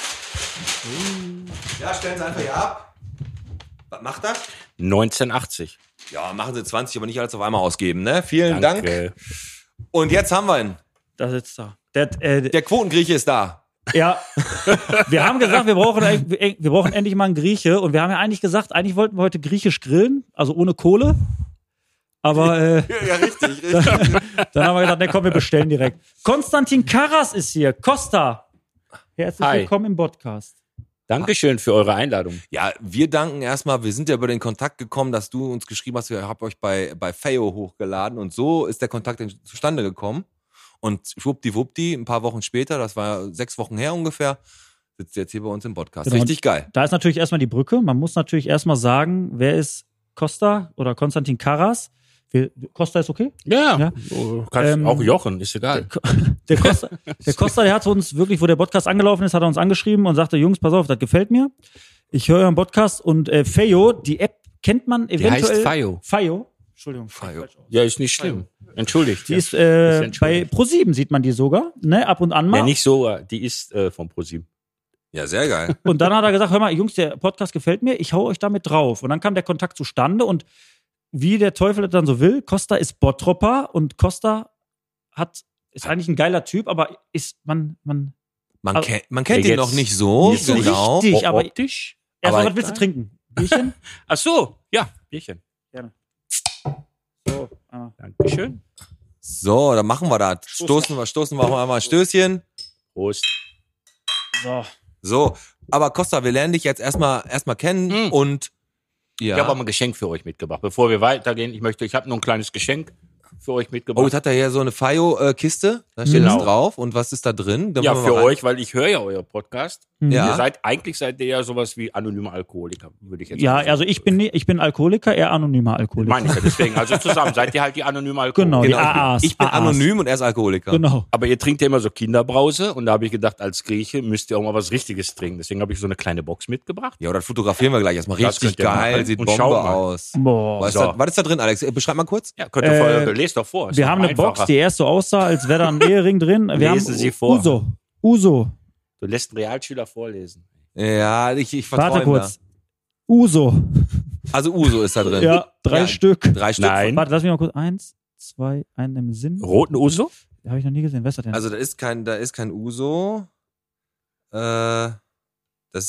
S4: Ja, stellen Sie einfach hier ab. Was macht das?
S7: 1980.
S4: Ja, machen Sie 20, aber nicht alles auf einmal ausgeben, ne? Vielen Dank.
S7: Danke.
S4: Und jetzt haben wir ihn.
S5: Da sitzt er. Der, äh,
S4: Der Quotengrieche ist da.
S5: Ja, wir haben gesagt, wir brauchen, wir brauchen endlich mal einen Grieche. Und wir haben ja eigentlich gesagt, eigentlich wollten wir heute griechisch grillen, also ohne Kohle. Aber äh,
S4: Ja, richtig, richtig.
S5: dann haben wir gesagt, ne, komm, wir bestellen direkt. Konstantin Karas ist hier. Costa. Herzlich
S7: Hi.
S5: willkommen im Podcast.
S7: Dankeschön für eure Einladung.
S4: ja, wir danken erstmal. Wir sind ja über den Kontakt gekommen, dass du uns geschrieben hast, wir haben euch bei, bei Feo hochgeladen. Und so ist der Kontakt ent- zustande gekommen. Und schwuppdiwuppdi, ein paar Wochen später, das war sechs Wochen her ungefähr, sitzt jetzt hier bei uns im Podcast.
S5: Genau.
S4: Richtig geil.
S5: Da ist natürlich erstmal die Brücke. Man muss natürlich erstmal sagen, wer ist Costa oder Konstantin Karas? Wir, Costa ist okay?
S7: Ja,
S5: Ja.
S7: oh, kannst
S5: Ähm,
S7: auch jochen, ist
S5: Der,
S7: egal.
S5: Ko- der Costa, der Costa, der hat uns wirklich, wo der Podcast angelaufen ist, hat er uns angeschrieben und sagte, Jungs, pass auf, das gefällt mir. Ich höre euren Podcast und äh, Feyo, die App kennt man eventuell.
S7: heißt Fayo.
S5: Fayo. Entschuldigung.
S4: Fayo.
S5: Falsch aus.
S7: Ja, ist nicht schlimm. Entschuldigt.
S5: Die
S7: ja.
S5: ist, äh,
S7: Ist
S5: bei
S7: entschuldigt.
S5: Pro7 sieht man die sogar, ne, ab und an mal.
S7: ja, nicht so, äh, die ist äh, vom ProSieben.
S4: Ja, sehr geil.
S5: Und dann hat er gesagt, hör mal, Jungs, der Podcast gefällt mir, ich hau euch damit drauf. Und dann kam der Kontakt zustande und wie der Teufel das dann so will, Costa ist Bottropper und Costa hat, ist eigentlich ein geiler Typ, aber ist, man, man,
S4: Man,
S5: Also,
S4: kennt, man kennt
S7: Ja,
S4: ihn
S7: jetzt
S4: noch nicht so,
S7: nicht so
S4: genau.
S5: richtig, aber- äh,
S7: optisch?
S5: erstmal,
S4: Aber-
S5: was willst du trinken? Bierchen?
S7: Ach so, ja, Bierchen.
S5: So, ah, einmal.
S7: Dankeschön.
S4: So, dann machen wir das. Stoßen wir, stoßen wir auch einmal ein Stößchen.
S7: Prost.
S5: so.
S4: So, aber Costa, wir lernen dich jetzt erstmal erstmal kennen
S7: Mhm.
S4: und ja.
S7: Ich habe auch ein Geschenk für euch mitgebracht. Bevor wir weitergehen, ich möchte, ich habe nur ein kleines Geschenk für euch
S4: oh,
S7: mitgebracht.
S4: jetzt hat er hier so eine Fayo-Kiste. Da steht
S7: Genau.
S4: das drauf. Und was ist da drin? Da
S7: ja,
S4: wollen wir
S7: für
S4: mal rein.
S7: euch, weil ich höre ja euer Podcast. Ihr
S4: Ja.
S7: seid eigentlich seid ihr ja sowas wie anonyme Alkoholiker, würde ich jetzt
S5: Ja,
S7: mal sagen.
S5: also ich bin, nie- ich bin Alkoholiker, er anonymer Alkoholiker.
S7: Meine ich ja deswegen. Also zusammen seid ihr halt die anonyme
S5: Genau,
S7: Alkoholiker.
S5: die
S4: Genau, ich bin-
S5: AAs.
S4: ich bin
S5: AAs.
S4: anonym und er ist Alkoholiker.
S5: Genau.
S7: Aber ihr trinkt ja immer so Kinderbrause und da habe ich gedacht, als Grieche müsst ihr auch mal was Richtiges trinken. Deswegen habe ich so eine kleine Box mitgebracht.
S4: Ja, und dann fotografieren wir gleich erstmal
S7: Das
S4: richtig
S7: könnt ihr machen.
S4: geil. Sieht
S7: Und
S4: Bombe
S7: schaut mal.
S4: aus.
S5: Boah.
S4: Was, ist
S7: So.
S4: da, was ist da drin, Alex? Äh, Beschreib mal kurz.
S7: Ja, könnt ihr
S5: Äh,
S7: vorher, lest doch vor. ist
S5: Wir
S7: doch
S5: haben eine Box,
S7: einfacher.
S5: die erst so aussah, als wäre da ein Ehering drin. Wir
S7: Lesen
S5: haben
S7: Sie vor.
S5: Uso. Uso.
S7: Du lässt einen Realschüler vorlesen.
S4: Ja, ich, ich
S5: Warte
S4: vertraue ihm da.
S5: kurz. Uso.
S4: Also Uso ist da drin.
S5: Ja, drei
S4: Ja.
S5: Stück.
S4: Drei Stück.
S7: Nein.
S5: Warte, lass mich mal kurz. Eins, zwei, einen im Sinn.
S7: Roten Uso?
S5: Habe ich noch nie gesehen. Wer ist das denn?
S4: Also da ist kein, da ist kein Uso. Äh, das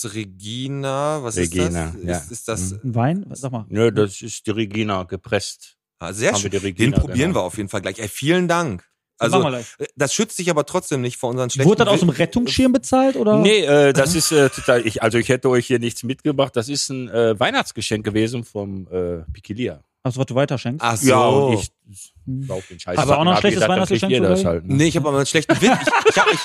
S4: ist Regina. Was
S7: Regina,
S4: ist das?
S7: ja.
S4: Ist, ist das
S5: ein Wein? Sag mal.
S7: Nö, das ist die Regina gepresst.
S4: ah, sehr
S7: Haben wir
S4: schön.
S7: die
S4: Den
S7: Regina,
S4: probieren
S7: genau.
S4: wir auf jeden Fall gleich. Ey, vielen Dank.
S5: Machen wir
S4: Also
S5: gleich.
S4: äh, das schützt dich aber trotzdem nicht vor unseren schlechten.
S5: Wurde das aus dem
S4: Wi-
S5: Rettungsschirm bezahlt? Oder?
S7: Nee, äh, das ist äh, total. Ich, also ich hätte euch hier nichts mitgebracht. Das ist ein äh, Weihnachtsgeschenk gewesen vom äh, Pikilia.
S5: Achso, was du weiterschenkst?
S4: Ach so.
S7: Ja, und ich
S5: Hm.
S7: glaub den Scheiß.
S5: Hast du auch noch ein schlechtes Weihnachtsgeschenk
S7: Ihr das
S5: für
S7: halt, ne?
S4: Nee, ich habe aber einen schlechten Witz. Ich, ich habe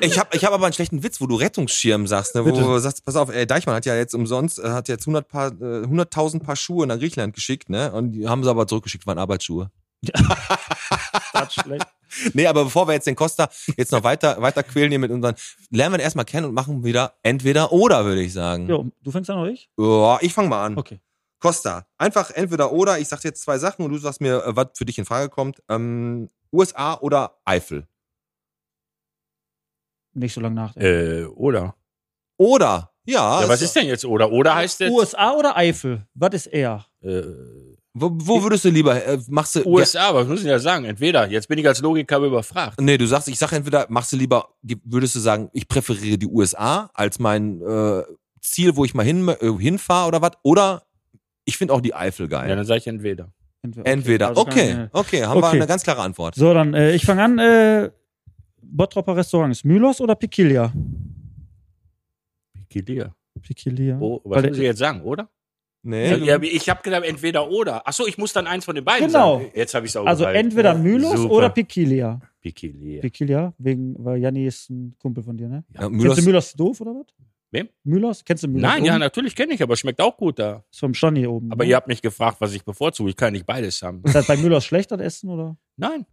S4: ich, ich hab, ich hab aber einen schlechten Witz, wo du Rettungsschirm sagst, ne? wo
S5: Bitte.
S4: du sagst, pass auf, ey, Deichmann hat ja jetzt umsonst, äh, hat jetzt 100 Paar, äh, 100.000 Paar Schuhe nach Griechenland geschickt, ne? Und die haben sie aber zurückgeschickt, waren Arbeitsschuhe.
S5: Das ist schlecht.
S4: Nee, aber bevor wir jetzt den Costa jetzt noch weiter, weiter quälen hier mit unseren, lernen wir ihn erstmal kennen und machen wieder entweder oder, würde ich sagen.
S5: Jo, du fängst an, oder ich?
S4: Ja, ich fange mal an.
S5: Okay.
S4: Costa, einfach entweder oder, ich sag dir jetzt zwei Sachen und du sagst mir, äh, was für dich in Frage kommt. Ähm, USA oder Eifel?
S5: Nicht so lange nachdenken.
S7: Äh, oder?
S4: Oder, ja.
S7: ja,
S4: ist-
S7: was ist denn jetzt oder? Oder heißt jetzt
S5: USA oder Eifel? Was ist er?
S7: äh,
S4: Wo, wo würdest du lieber? Äh, machst du.
S7: USA, was müssen Sie da sagen? Entweder, jetzt bin ich als Logiker überfragt.
S4: Ja, nee, du sagst, ich sag entweder, machst du lieber, die, würdest du sagen, ich präferiere die USA als mein äh, Ziel, wo ich mal hin, äh, hinfahre oder was? Oder ich finde auch die Eifel geil.
S7: Ja, dann sage ich entweder.
S5: Entweder. okay,
S4: Entweder.
S5: also keine-
S4: Okay, okay, haben wir
S5: Okay.
S4: eine ganz klare Antwort.
S5: So, dann, äh, ich fange an. Äh, Bottropper Restaurant ist Mylos oder Pikilia?
S7: Pikilia.
S5: Pikilia.
S7: Oh,
S5: Weil
S7: was müssen Sie
S5: der,
S7: jetzt sagen, oder?
S4: Nee,
S7: Ja, ja, ich habe gedacht, entweder oder. Achso, ich muss dann eins von den beiden
S5: Genau.
S7: sagen. Jetzt habe ich es auch
S5: also
S7: gehalten.
S5: entweder Mylos
S7: Oh, halt. Super.
S5: oder Pikilia.
S7: Pikilia.
S5: Pikilia, wegen, weil Janni ist ein Kumpel von dir, ne?
S4: ja,
S5: Kennst du
S4: Müllers,
S5: Mylos doof oder was?
S7: Wem?
S5: Mylos? Kennst du Mylos?
S7: Nein, ja,
S5: oben?
S7: natürlich kenne ich, aber schmeckt auch gut da.
S5: Ist vom Stand hier oben.
S7: Aber
S5: ne?
S7: ihr habt mich gefragt, was ich bevorzuge. Ich kann nicht beides haben.
S5: Ist das bei Mylos schlecht, das Essen, oder?
S7: Nein.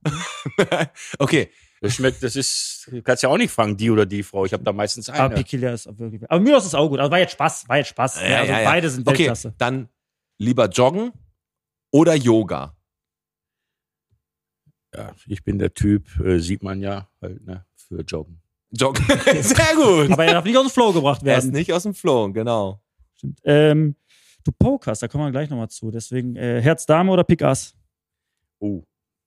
S4: okay,
S7: Das schmeckt, das ist, du kannst ja auch nicht fragen, die oder die Frau. Ich habe da meistens
S5: Aber
S7: eine.
S5: Ah, Pikilia ist auch wirklich. Aber Mylos ist auch gut. Also war jetzt Spaß, war jetzt Spaß.
S4: Ja,
S5: also
S4: ja, ja.
S5: beide sind
S4: okay,
S5: Weltklasse.
S4: dann lieber joggen oder Yoga.
S7: Ja, ich bin der Typ, äh, sieht man ja, halt, ne, für Joggen.
S4: Joggen, sehr gut.
S5: Aber er darf nicht aus dem Flow gebracht
S4: Er ist
S5: werden.
S4: nicht aus dem Flow, genau.
S5: Stimmt. Ähm, du Pokers, da kommen wir gleich nochmal zu. Deswegen äh, Herz Dame oder Pik Ass?
S7: Oh,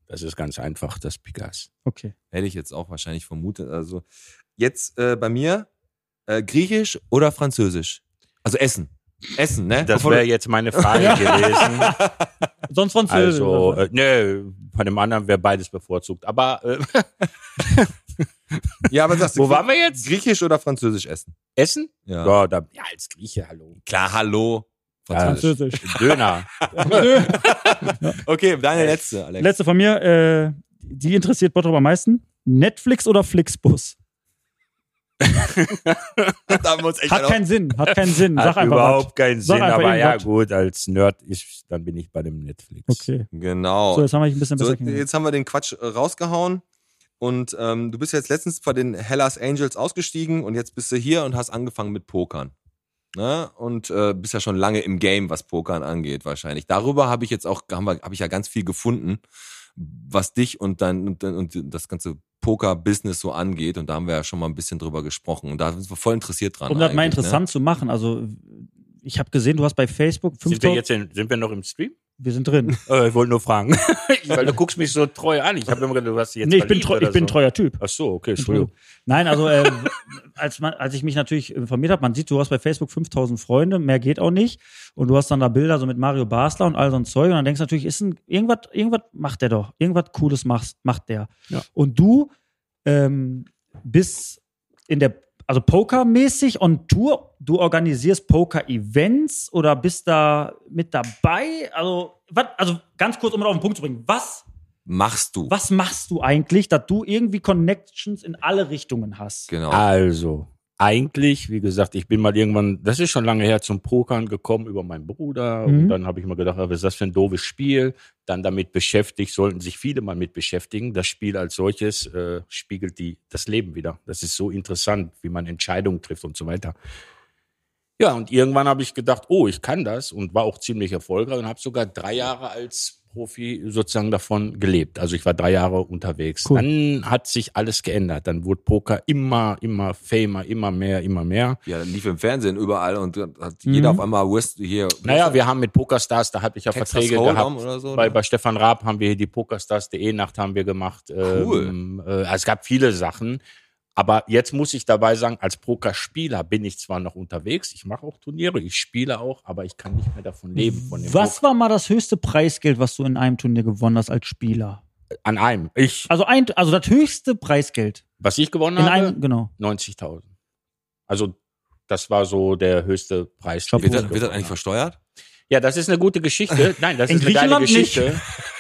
S7: das ist ganz einfach, das Pikas.
S5: Okay.
S4: Hätte ich jetzt auch wahrscheinlich vermutet. Also jetzt äh, bei mir äh, Griechisch oder Französisch? Also Essen. Essen, ne?
S7: Das
S4: Bevor
S7: wäre
S4: du-
S7: jetzt meine Frage gewesen.
S5: Sonst Französisch.
S7: Also,
S5: oder?
S7: äh, nö, bei dem anderen wäre beides bevorzugt. Aber äh,
S4: ja, aber sagst du,
S7: wo waren wir jetzt?
S4: Griechisch oder Französisch essen?
S7: Essen?
S4: Ja.
S7: Ja, da, ja als Grieche, hallo.
S4: Klar, hallo. Französisch.
S5: Französisch.
S7: Döner.
S4: Okay, deine letzte, Alex.
S5: Äh, Letzte von mir, äh, die interessiert Bottrop am meisten. Netflix oder Flixbus?
S4: Da haben wir uns echt
S5: Hat keinen Sinn, hat keinen Sinn. Sag
S7: Hat
S5: einfach
S7: überhaupt keinen
S5: Sag
S7: Sinn,
S5: einfach
S7: aber ja
S5: irgendwas.
S7: gut, als Nerd ist, dann bin ich bei dem Netflix.
S5: was. Okay. So,
S4: Genau.
S5: jetzt haben wir dich ein bisschen
S4: So,
S5: besser kennengelernt.
S4: jetzt haben wir den Quatsch äh, rausgehauen. Und ähm, du bist jetzt letztens bei den Hellas Angels ausgestiegen und jetzt bist du hier und hast angefangen mit Pokern. Ne? Und äh, bist ja schon lange im Game, was Pokern angeht, wahrscheinlich. Darüber habe ich jetzt auch, habe hab ich ja ganz viel gefunden, was dich und dein und, dein- und das ganze Poker-Business so angeht. Und da haben wir ja schon mal ein bisschen drüber gesprochen. Und da sind wir voll interessiert dran.
S5: Um das mal
S7: ne?
S4: eigentlich, ne?
S5: interessant zu machen, also ich habe gesehen, du hast bei Facebook
S7: Sind wir
S5: 5000.
S7: jetzt in, sind wir noch im Stream?
S5: Wir sind drin.
S7: Äh, ich wollte nur fragen. Weil du guckst mich so treu an. Ich habe immer gedacht, du hast dich jetzt
S5: nee, ich bin,
S7: verliebt
S5: treu,
S7: oder
S5: ich bin
S7: so.
S5: treuer Typ.
S7: Ach so, okay, Entschuldigung.
S5: Entschuldigung. Nein, also äh, als, man, als ich mich natürlich informiert habe, man sieht, du hast bei Facebook 5000 Freunde, mehr geht auch nicht. Und du hast dann da Bilder so mit Mario Basler und all so ein Zeug. Und dann denkst du natürlich, ist ein, irgendwas, irgendwas macht der doch. Irgendwas Cooles macht, macht der.
S7: Ja.
S5: Und du ähm, bist in der, also pokermäßig on Tour. Du organisierst Poker-Events oder bist da mit dabei? Also, was, also ganz kurz, um das auf den Punkt zu bringen. Was
S4: Machst du.
S5: was machst du eigentlich, dass du irgendwie Connections in alle Richtungen hast?
S4: Genau.
S7: Also, eigentlich, wie gesagt, ich bin mal irgendwann, das ist schon lange her, zum Pokern gekommen über meinen Bruder. Und
S5: Mhm.
S7: dann habe ich mir gedacht, ah, was ist das für ein doofes Spiel? Dann damit beschäftigt, sollten sich viele mal mit beschäftigen. Das Spiel als solches äh, spiegelt die, das Leben wieder. Das ist so interessant, wie man Entscheidungen trifft und so weiter. Ja, und irgendwann habe ich gedacht, oh, ich kann das und war auch ziemlich erfolgreich und habe sogar drei Jahre als Profi sozusagen davon gelebt. Also ich war drei Jahre unterwegs.
S5: Cool.
S7: Dann hat sich alles geändert. Dann wurde Poker immer, immer famer, immer mehr, immer mehr.
S4: Ja, dann lief im Fernsehen überall und dann hat jeder auf einmal West hier.
S7: Mhm. Naja, wir haben mit Pokerstars, da habe ich ja
S4: Texas
S7: Verträge
S4: Hold'em
S7: gehabt.
S4: oder so,
S7: bei,
S4: ne?
S7: bei Stefan Raab haben wir hier die Pokerstars.de Nacht haben wir gemacht.
S4: Cool.
S7: Ähm, äh, es gab viele Sachen. Aber jetzt muss ich dabei sagen, als Pokerspieler bin ich zwar noch unterwegs, ich mache auch Turniere, ich spiele auch, aber ich kann nicht mehr davon leben. Von dem
S5: Was war mal das höchste Preisgeld, was du in einem Turnier gewonnen hast als Spieler?
S7: Poker. An einem. Ich,
S5: Also ein, also das höchste Preisgeld
S7: was ich gewonnen
S5: in
S7: habe,
S5: einem, genau.
S7: 90.000. Also das war so der höchste Preis. den ich
S4: Wird das, wird das
S7: gewonnen
S4: eigentlich
S7: habe.
S4: versteuert?
S7: Ja, das ist eine gute Geschichte. Nein, das
S5: In
S7: ist eine geile
S5: Griechenland nicht.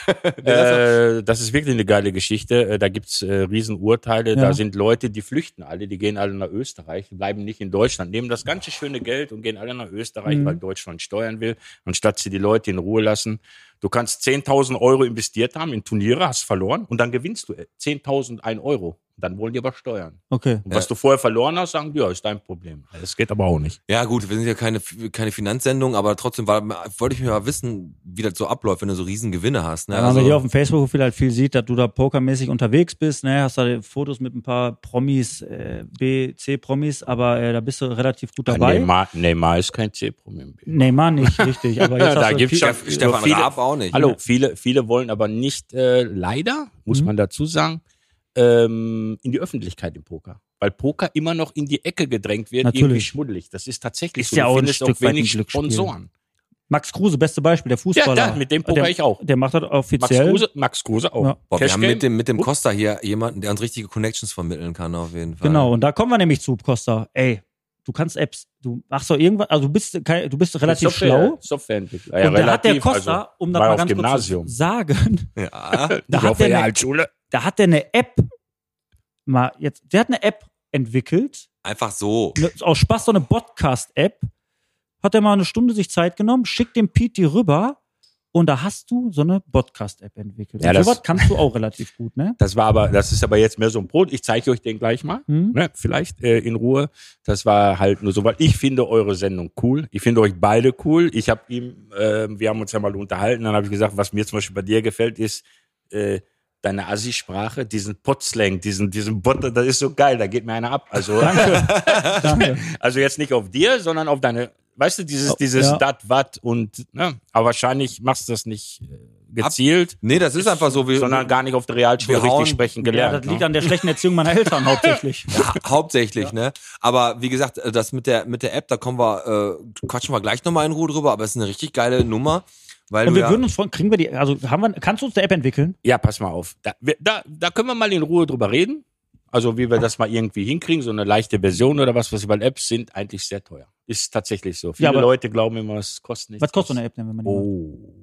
S7: Geschichte. äh, das ist wirklich eine geile Geschichte. Äh, Da gibt's äh, Riesenurteile.
S5: Ja.
S7: Da sind Leute, die flüchten alle, die gehen alle nach Österreich, bleiben nicht in Deutschland, nehmen das ganze schöne Geld und gehen alle nach Österreich,
S5: Mhm.
S7: weil Deutschland steuern will, anstatt sie die Leute in Ruhe lassen. Du kannst 10.000 Euro investiert haben in Turniere, hast verloren und dann gewinnst du 10.001 Euro. Dann wollen die aber steuern.
S5: Okay.
S7: Und was du vorher verloren hast, sagen die, ja, ist dein Problem. Das geht aber auch nicht.
S4: Ja, gut, wir sind ja keine, keine Finanzsendung, aber trotzdem war, wollte ich mir mal wissen, wie das so abläuft, wenn du so riesen Gewinne hast. Ne?
S5: Wenn man
S7: also
S5: bei dir auf dem Facebook-Profil halt viel sieht, dass du da pokermäßig unterwegs bist, ne, hast da Fotos mit ein paar Promis, äh, B, C-Promis, aber äh, da bist du relativ gut dabei.
S7: Neymar, Neymar ist kein C-Problem.
S5: Neymar nicht, richtig. Aber jetzt
S7: Da
S5: hast du
S7: gibt's
S5: viel-
S7: schon-
S4: Steff- Stefan
S7: Viele-
S4: Raab auch nicht.
S7: Hallo,
S4: ne?
S7: viele, viele wollen aber nicht, äh, leider, muss
S5: Mhm.
S7: man dazu sagen, ähm, in die Öffentlichkeit im Poker. Weil Poker immer noch in die Ecke gedrängt wird,
S5: Natürlich.
S7: irgendwie schmuddelig. Das ist tatsächlich
S5: Ist
S7: so.
S5: ja
S7: Du
S5: auch ein
S7: findest
S5: Stück weit ein
S7: wenig
S5: Glücksspiel.
S7: Sponsoren.
S5: Max Kruse, beste Beispiel, der
S7: Ja,
S5: Fußballer.
S7: da, mit dem poker
S5: der,
S7: ich auch.
S5: Der macht das
S7: Max
S5: offiziell.
S7: Kruse, Max Kruse auch.
S5: Ja.
S4: Boah, wir
S7: Cash
S4: haben
S7: Game.
S4: mit dem, mit
S5: Oh.
S4: dem
S7: Ups.
S4: Costa hier jemanden, der uns richtige Connections vermitteln kann, auf jeden Fall.
S5: Genau, und da kommen wir nämlich zu, Costa. Ey, du kannst Apps, du machst doch irgendwas, also du bist, kein- du bist relativ
S7: Software-
S5: schlau.
S7: Softwareentwickler. Ja,
S5: und da
S7: relativ,
S5: hat der Costa,
S7: also,
S5: um das
S7: war
S5: mal
S7: auf
S5: ganz
S7: Gymnasium.
S5: kurz zu sagen,
S4: Ja.
S5: da
S7: ich
S5: hat
S7: hoffe,
S5: der ne
S7: ja,
S5: eine-
S7: als Schule.
S5: da hat der eine App, mal jetzt, der hat eine App entwickelt,
S4: Einfach so.
S5: ne, aus Spaß so eine Podcast-App, hat er mal eine Stunde sich Zeit genommen, schickt dem Pete die rüber und da hast du so eine Podcast-App entwickelt.
S7: Ja,
S5: und
S7: das-
S5: sowas kannst du auch relativ gut, ne?
S7: Das war aber, das ist aber jetzt mehr so ein Brot. Ich zeige euch den gleich mal.
S5: Hm?
S7: ne, vielleicht äh, in Ruhe. Das war halt nur so, weil ich finde eure Sendung cool. Ich finde euch beide cool. Ich habe ihm, äh, wir haben uns ja mal unterhalten, dann habe ich gesagt, was mir zum Beispiel bei dir gefällt, ist äh, deine Assi-Sprache, diesen Potslang, diesen, diesen Bot, das ist so geil, da geht mir einer ab. Also,
S5: Danke.
S7: also jetzt nicht auf dir, sondern auf deine, weißt du, dieses, dieses
S5: Oh, ja.
S7: dat, wat und, ne, aber wahrscheinlich machst du das nicht äh, gezielt,
S4: Nee, das ist einfach so. Wir,
S7: sondern gar nicht auf der Realschule
S4: wir
S7: richtig
S4: hauen-
S7: sprechen
S5: Ja,
S7: gelernt.
S5: das
S7: ne?
S5: liegt an der schlechten Erziehung meiner Eltern hauptsächlich.
S4: Ja, hauptsächlich, ne? Aber wie gesagt, äh, das mit der mit der App, da kommen wir, äh, quatschen wir gleich nochmal in Ruhe drüber, aber es ist eine richtig geile Nummer, weil
S5: Und
S4: du
S5: wir
S4: ja,
S5: würden uns freuen, kriegen wir die, also haben wir, kannst du uns eine App entwickeln?
S7: Ja, pass mal auf. Da, wir, da, da können wir mal in Ruhe drüber reden. Also wie wir das mal irgendwie hinkriegen, so eine leichte Version oder was, was weil Apps sind eigentlich sehr teuer. Ist tatsächlich so. Viele
S5: aber-
S7: Leute glauben immer, es kostet nichts.
S5: Was kostet so eine App denn, wenn man die macht?
S7: Oh.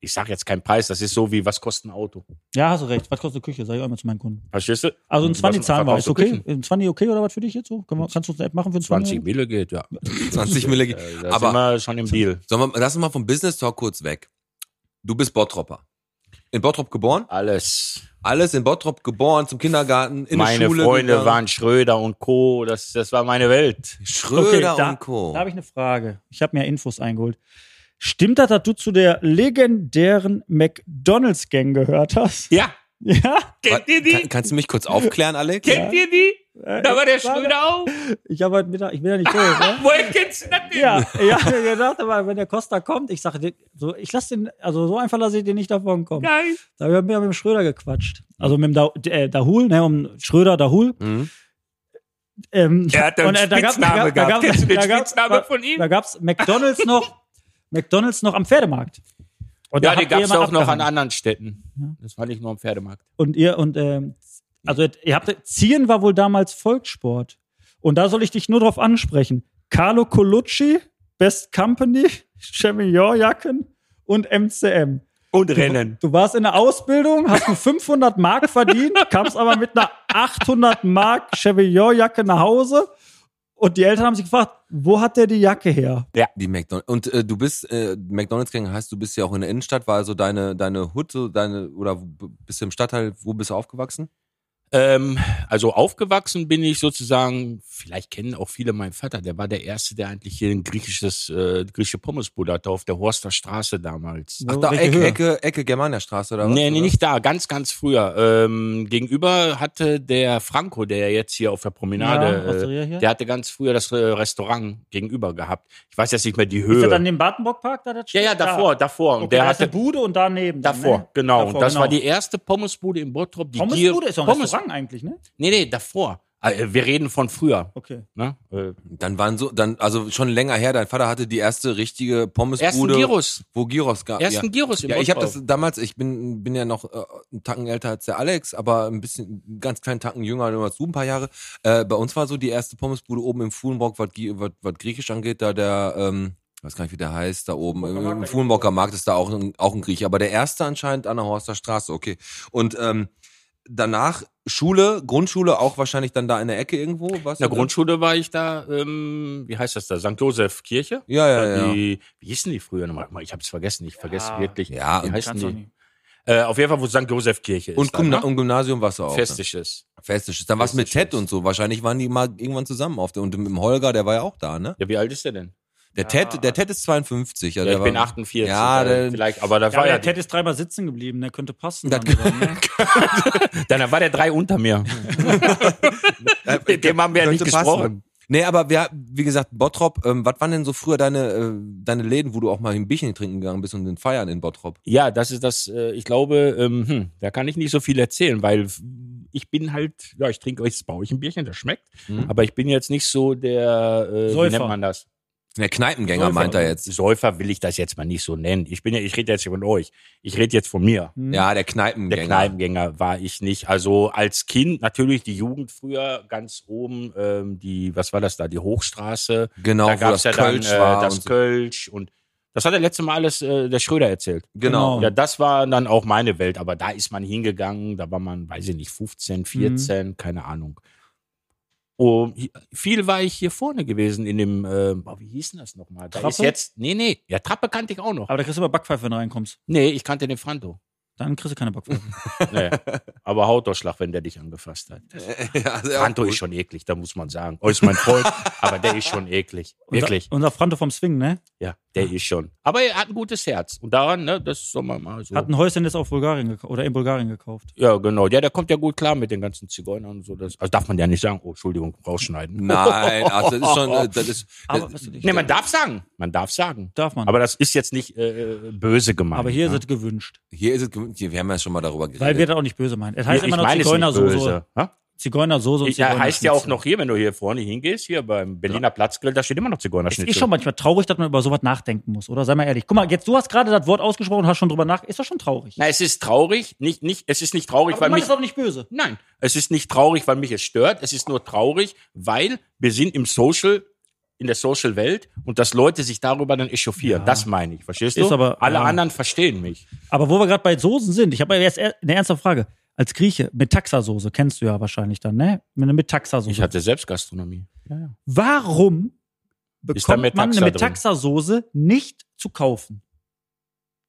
S7: Ich sag jetzt keinen Preis, das ist so wie, was kostet ein Auto?
S5: Ja, hast du recht. Was kostet eine Küche? Sag ich auch immer zu meinen Kunden.
S7: Verstehst du?
S5: Also ein
S7: Was-
S5: 20 zahlen wir.
S7: verkaufst
S5: Ist
S7: du
S5: okay?
S7: Küchen?
S5: Ein 20 okay oder was für dich jetzt so? Können wir, kannst du uns eine App machen für ein
S7: 20
S5: 20?
S7: Mille geht, ja.
S4: 20 Mille.
S7: Äh, da sind
S4: Aber
S7: wir schon im Deal.
S4: sollen wir, lass uns mal vom Business Talk kurz weg. Du bist Bottropper. In Bottrop geboren?
S7: Alles.
S4: Alles in Bottrop geboren, zum Kindergarten, in
S7: meine
S4: die Schule.
S7: Freunde
S4: gegangen.
S7: waren Schröder und Co. Das, das war meine Welt.
S4: Schröder
S5: da,
S4: und Co.
S5: da habe ich eine Frage. Ich habe mir Infos eingeholt. Stimmt das, dass du zu der legendären McDonalds-Gang gehört hast?
S7: Ja.
S5: Ja?
S4: Wa-
S7: Kennt ihr die?
S4: Kann, kannst du mich kurz aufklären, Alex?
S7: Kennt ihr die?
S5: Äh,
S7: Da war der
S5: Schade.
S7: Schröder auch.
S5: ich habe heute Mittag, ich bin ja nicht tot, ne?
S7: Woher kennst du das denn?
S5: Ja, ja, ich dachte mal, wenn der Costa kommt, ich sage, so, ich lasse den, also so einfach lasse ich den nicht davon kommen.
S7: Geil.
S5: Da haben wir mit dem Schröder gequatscht. Also mit dem da äh, Dahul, ne, um Schröder Dahul.
S4: Mhm.
S5: Ähm,
S7: Er hat einen
S5: äh, da gab-
S7: Spitznamen
S5: da gab- da
S7: gehabt.
S5: gab-
S7: Kennst du den
S5: da gab-
S7: Spitznamen
S5: da-
S7: von ihm?
S5: Da gab es McDonalds noch, McDonalds noch am Pferdemarkt. Und
S7: Ja,
S5: da habt
S7: die
S5: ihr
S7: gab es
S5: immer
S7: auch noch an
S5: abgehangen.
S7: anderen Städten.
S5: Ja.
S7: Das war nicht nur am Pferdemarkt.
S5: Und ihr und ähm, also ihr habt Ziehen war wohl damals Volkssport. Und da soll ich dich nur drauf ansprechen. Carlo Colucci, Best Company, Chemillon Jacken und MCM.
S7: Und Rennen.
S5: Du warst in der Ausbildung, hast nur 500 Mark verdient, kamst aber mit einer 800 Mark Chevillon Jacke nach Hause und die Eltern haben sich gefragt, wo hat der die Jacke her?
S4: Die McDonalds. Und äh, du bist, äh, McDonalds-Gänger heißt, du bist ja auch in der Innenstadt, war also deine, deine Hut, so deine, oder wo- bist du im Stadtteil, wo bist du aufgewachsen?
S7: Ähm, also aufgewachsen bin ich sozusagen, vielleicht kennen auch viele meinen Vater, der war der Erste, der eigentlich hier ein griechisches, äh, griechische Pommesbude hatte auf der Horster Straße damals.
S5: So,
S4: da,
S5: welche
S4: Ecke,
S5: Höhe?
S4: Ecke, Ecke Germaniastraße oder was?
S7: Nee, nee,
S4: oder?
S7: nicht da, ganz, ganz früher. Ähm, gegenüber hatte der Franco, der jetzt hier auf der
S5: Ja,
S7: Promenade,
S5: Osteria hier.
S7: äh, der hatte ganz früher das äh, Restaurant gegenüber gehabt. Ich weiß jetzt nicht mehr die
S5: Ist
S7: Höhe.
S5: er dann im Badenburg-Park da? Das
S7: ja, ja,
S5: steht?
S7: davor, davor. Und
S5: Okay,
S7: der
S5: da ist
S7: hatte
S5: eine Bude und daneben. dann,
S7: Davor,
S5: ne?
S7: genau.
S5: Davor,
S7: und das
S5: genau.
S7: war die erste Pommesbude in Bottrop. Die
S5: Pommesbude
S7: dir-
S5: ist doch ein
S7: Pommes-
S5: Restaurant eigentlich, ne?
S7: Nee, nee, davor. Äh, Wir reden von früher.
S5: Okay.
S7: Ne? Äh,
S4: Dann waren so, dann, also schon länger her, dein Vater hatte die erste richtige
S7: ersten
S4: Pommesbude.
S7: Gyros.
S4: Wo Gyros gab.
S7: Ersten
S4: ja.
S7: Gyros im
S4: Ja, ich habe
S7: Bottrop.
S4: das damals, ich bin, bin ja noch äh, einen Tacken älter als der Alex, aber ein bisschen, einen ganz kleinen Tacken jünger nur als du, ein paar Jahre. Äh, bei uns war so die erste Pommesbude oben im Fuhlenbrock, was, Gie- was, was Griechisch angeht, da der, ähm, weiß gar nicht, wie der heißt, da oben, im, im Fuhlenbrocker Markt ist da auch ein, auch ein Griech, aber der erste anscheinend an der Horster Straße, okay. Und ähm, danach Schule, Grundschule auch wahrscheinlich dann da in der Ecke irgendwo, was?
S7: In der Grundschule war ich da, ähm, wie heißt das da? St. Josef Kirche?
S4: Ja, ja,
S7: Äh,
S4: ja.
S7: Die, wie hießen die früher nochmal? Ich hab's vergessen, ich vergesse
S5: Ja.
S7: wirklich.
S4: Ja,
S7: wie
S4: und-
S7: heißen
S5: Kannst du
S7: die?
S5: nicht.
S7: Äh, auf jeden Fall, wo St. Josef Kirche ist.
S4: und,
S7: dann,
S4: Gymna
S7: ne?
S4: und Gymnasium warst du auch. ne?
S7: Festisches.
S4: Festisches. Dann war's mit
S7: Festisches.
S4: Ted und so. Wahrscheinlich waren die mal irgendwann zusammen auf der, und mit dem Holger, der war ja auch da, ne?
S7: Ja, wie alt ist der denn?
S4: Der
S5: Ja.
S4: Ted, der Ted ist 52. Ja,
S7: Ja,
S4: der
S7: ich bin
S4: war-
S7: 48.
S4: Ja,
S7: äh,
S4: der-
S7: vielleicht, aber da
S5: Ja,
S7: war
S5: der
S7: ja,
S5: Ted ist dreimal sitzen geblieben, der könnte passen.
S4: Das-
S5: dann sogar, ne?
S7: dann war der drei unter mir. Mit dem haben wir ja nicht
S4: Könnte passen.
S7: gesprochen.
S4: Nee, aber wir, wie gesagt, Bottrop, ähm, was waren denn so früher deine, äh, deine Läden, wo du auch mal ein Bierchen trinken gegangen bist und den Feiern in Bottrop?
S7: Ja, das ist das, äh, ich glaube, ähm, hm, da kann ich nicht so viel erzählen, weil f- ich bin halt, ja, ich trinke jetzt bei euch ein Bierchen, das schmeckt,
S4: Mhm.
S7: aber ich bin jetzt nicht so der, äh, wie
S5: Säufer.
S7: nennt man das?
S4: Der Kneipengänger
S5: Säufer.
S4: meint er jetzt.
S7: Säufer will ich das jetzt mal nicht so nennen. Ich bin ja, ich rede jetzt von euch. Ich rede jetzt von mir.
S5: Hm.
S4: Ja, der Kneipengänger.
S7: Der Kneipengänger war ich nicht. Also als Kind natürlich die Jugend früher ganz oben, ähm, die, was war das da, die Hochstraße.
S4: Genau,
S7: da
S4: wo
S7: gab's
S4: das
S7: ja dann
S4: Kölsch war
S7: äh, das
S4: und so.
S7: Kölsch und das hat der letzte Mal alles äh, der Schröder erzählt.
S4: Genau.
S7: Ja, das war dann auch meine Welt, aber da ist man hingegangen, da war man, weiß ich nicht, 15, 14, keine Ahnung. Oh, hi- viel war ich hier vorne gewesen in dem, äh, oh, wie hieß denn das nochmal? Da ist
S5: Trappe?
S7: jetzt, nee, nee, ja, Trappe kannte ich auch noch.
S5: Aber da kriegst du immer Backpfeife, wenn du reinkommst.
S7: Nee, ich kannte den Franto.
S5: Dann kriegst du keine Backpfeife.
S7: Nee. aber Hautausschlag, wenn der dich angefasst hat.
S4: Ja, also auch
S7: Franto
S4: gut.
S7: Genau. ist schon eklig, da muss man sagen. Oh, ist mein Freund, aber der ist schon eklig. Wirklich.
S5: Unser, unser Franto vom Swing, ne?
S7: Ja, der ist schon. Aber er hat ein gutes Herz. Und daran, ne, das soll man mal so.
S5: Hat ein Häuschen jetzt auf Bulgarien gekau- oder in Bulgarien gekauft.
S7: Ja, genau. Ja, der kommt ja gut klar mit den ganzen Zigeunern und so. Das, also darf man ja nicht sagen. Oh, Entschuldigung, rausschneiden.
S4: Nein, ach, das ist schon, äh, das ist,
S5: Aber weißt du nicht.
S7: Nee, man darf sagen. Man darf sagen.
S5: Darf man.
S7: Aber das ist jetzt nicht äh, böse gemeint.
S5: Aber hier
S7: ne?
S5: ist es gewünscht.
S4: hier ist es, gewöhnt- hier, wir haben ja schon mal darüber geredet.
S5: Weil wir das auch nicht böse meinen. Es heißt
S7: ich
S5: immer noch
S7: meine es nicht
S5: Zigeunersoße.
S7: böse. Ha?
S5: Zigeunersoße und
S7: Ich, ja, heißt ja auch
S5: Zigeunerschnitzel.
S7: noch hier, wenn du hier vorne hingehst, hier beim Berliner Platzgrill, da steht immer noch
S5: Es
S7: Zigeunerschnitzel.
S5: ist schon manchmal traurig, dass man über sowas nachdenken muss, oder? Sei mal ehrlich. Guck mal, jetzt du hast gerade das Wort ausgesprochen und hast schon drüber nach. Ist das schon traurig?
S7: Na, es ist traurig. Nicht, nicht, es ist nicht traurig,
S5: Aber
S7: weil
S5: man
S7: mich
S5: ist auch nicht böse.
S7: Nein, es ist nicht traurig, weil mich es stört. Es ist nur traurig, weil wir sind im Social, in der Social-Welt und dass Leute sich darüber dann echauffieren.
S5: Ja.
S7: Das meine ich, verstehst du?
S5: Ist aber-
S7: Alle
S5: ja.
S7: anderen verstehen mich.
S5: Aber wo wir gerade bei Soßen sind, ich habe ja jetzt er- eine ernste Frage. Als Grieche, mit Taxasoße kennst du ja wahrscheinlich dann, ne? Mit, mit Taxasoße.
S7: Ich hatte selbst Gastronomie.
S5: Warum
S7: da
S5: bekommt man
S7: Metaxa
S5: eine
S7: drin?
S5: Metaxa-Soße nicht zu kaufen?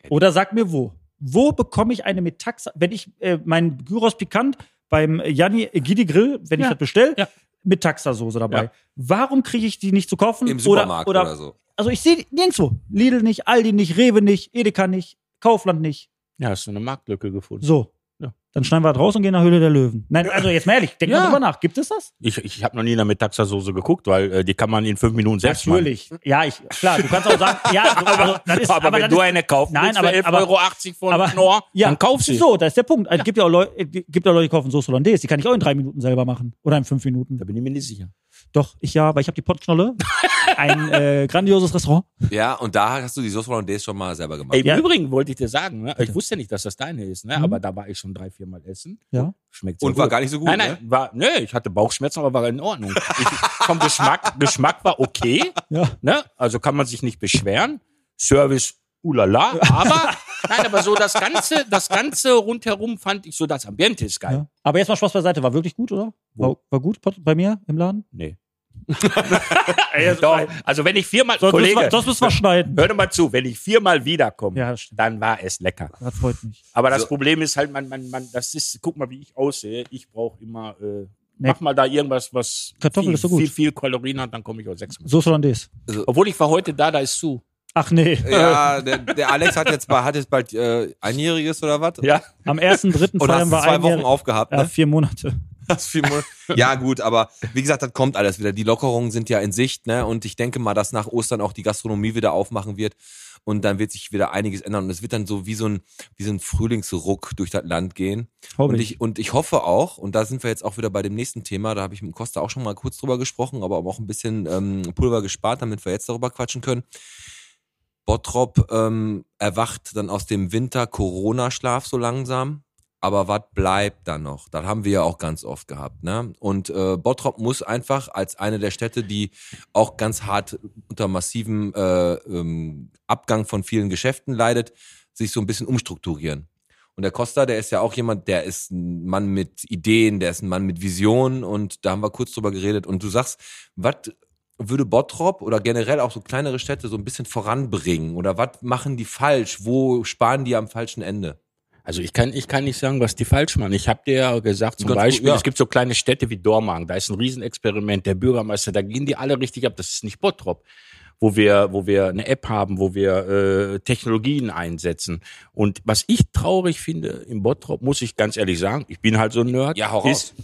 S5: Oder sag mir wo. Wo bekomme ich eine Metaxa, wenn ich äh, meinen Gyros Pikant beim Janni äh, Gidi Grill, wenn ich das bestelle,
S7: ja.
S5: Metaxa-Soße dabei.
S7: Ja.
S5: Warum kriege ich die nicht zu kaufen?
S4: Im Supermarkt
S5: oder,
S4: oder,
S5: oder
S4: so.
S5: Also ich sehe die nirgendwo. Lidl nicht, Aldi nicht, Rewe nicht, Edeka nicht, Kaufland nicht.
S7: Ja, hast du eine Marktlücke gefunden.
S5: So.
S7: Ja.
S5: Dann schneiden wir das raus und gehen nach Höhle der Löwen. Nein, also jetzt mal ehrlich, denk
S7: Ja.
S5: mal drüber nach. Gibt es das?
S7: Ich, ich habe noch nie in der Metaxa-Soße geguckt, weil äh, die kann man in fünf Minuten selbst machen.
S5: Natürlich. Ja, ich, klar, du kannst auch sagen, ja, du- also, das ist,
S7: aber, wenn
S5: das
S7: du
S5: ist,
S7: eine kaufst,
S5: Nein,
S7: für
S5: aber-
S7: 11,80
S5: aber-
S7: Euro von
S5: aber-
S7: Knorr, dann kauf sie.
S5: So, das ist der Punkt. Also, Es gibt ja auch Leute, es gibt auch Leute, die kaufen Soße Hollandaise. Die kann ich auch in drei Minuten selber machen. Oder in fünf Minuten.
S7: Da bin ich mir nicht sicher.
S5: Doch, ich ja, weil ich habe die Pottknolle. Ein äh, grandioses Restaurant.
S4: Ja, und da hast du die Sauce Hollandaise schon mal selber gemacht.
S7: Ey, Im
S5: Ja. Mhm.
S7: Übrigen wollte ich dir sagen, ne? ich wusste nicht, dass das deine ist, ne? aber da war ich schon drei, vier Mal essen.
S5: Ja.
S7: Schmeckt sehr
S4: und war
S7: gut.
S4: gar nicht so gut,
S7: Nein, nein,
S4: ne?
S7: war, nö, ich hatte Bauchschmerzen, aber war in Ordnung. Ich, vom Geschmack, Geschmack war okay,
S5: Ja.
S7: ne? also kann man sich nicht beschweren. Service, ulala, aber, nein, aber so das Ganze, das Ganze rundherum fand ich so, das Ambiente ist geil.
S5: ja. Aber jetzt mal Spaß beiseite. War wirklich gut, oder? War, war gut Pott bei mir im Laden?
S7: Nee. Doch, also wenn ich viermal,
S5: Sonst müssen
S7: Kollege,
S5: wir, sonst müssen wir schneiden.
S7: hör doch mal zu, wenn ich viermal wiederkomme,
S5: Ja, das stimmt.
S7: dann war es lecker.
S5: Das freut mich.
S7: Aber das
S4: So.
S7: Problem ist halt, man, man, man, das ist, guck mal, wie ich aussehe. Ich brauche immer, äh,
S5: Nee.
S7: mach mal da irgendwas, was
S5: Kartoffel
S7: viel,
S5: ist so gut.
S7: viel, viel Kalorien hat, dann komme ich auf sechs.
S5: Soße Hollandaise.
S7: Obwohl ich war heute da, da ist zu.
S5: Ach nee.
S4: Ja, der, der Alex hat jetzt, ba- hat jetzt bald äh, einjähriges oder was?
S7: Ja.
S5: Am 1.3.
S4: Und hast
S5: feiern
S4: du
S5: wir
S4: zwei
S5: ein
S4: Wochen aufgehabt,
S5: ja,
S4: ne?
S5: vier Monate.
S4: Das viel Mo- ja, gut, aber wie gesagt, das kommt alles wieder. Die Lockerungen sind ja in Sicht, ne? Und ich denke mal, dass nach Ostern auch die Gastronomie wieder aufmachen wird. Und dann wird sich wieder einiges ändern. Und es wird dann so wie so ein, wie so ein Frühlingsruck durch das Land gehen.
S5: Hoffe
S4: Und
S5: ich.
S4: ich, und ich hoffe auch, und da sind wir jetzt auch wieder bei dem nächsten Thema, da habe ich mit Costa auch schon mal kurz drüber gesprochen, aber auch ein bisschen ähm, Pulver gespart, damit wir jetzt darüber quatschen können. Bottrop ähm, erwacht dann aus dem Winter-Corona-Schlaf so langsam. Aber was bleibt da noch? Das haben wir ja auch ganz oft gehabt. Ne? Und äh, Bottrop muss einfach als eine der Städte, die auch ganz hart unter massivem äh, ähm, Abgang von vielen Geschäften leidet, sich so ein bisschen umstrukturieren. Und der Costa, der ist ja auch jemand, der ist ein Mann mit Ideen, der ist ein Mann mit Visionen und da haben wir kurz drüber geredet. Und du sagst, was würde Bottrop oder generell auch so kleinere Städte so ein bisschen voranbringen? Oder was machen die falsch? Wo sparen die am falschen Ende?
S7: Also ich kann, ich kann nicht sagen, was die falsch machen. Ich habe dir ja gesagt, zum
S4: Ganz gut,
S7: Beispiel,
S4: ja.
S7: es gibt so kleine Städte wie Dormagen, da ist ein Riesenexperiment, der Bürgermeister, da gehen die alle richtig ab, das ist nicht Bottrop. Wo wir, wo wir eine App haben, wo wir äh, Technologien einsetzen. Und was ich traurig finde im Bottrop, muss ich ganz ehrlich sagen, ich bin halt so ein Nerd,
S4: Ja, hau
S7: ist,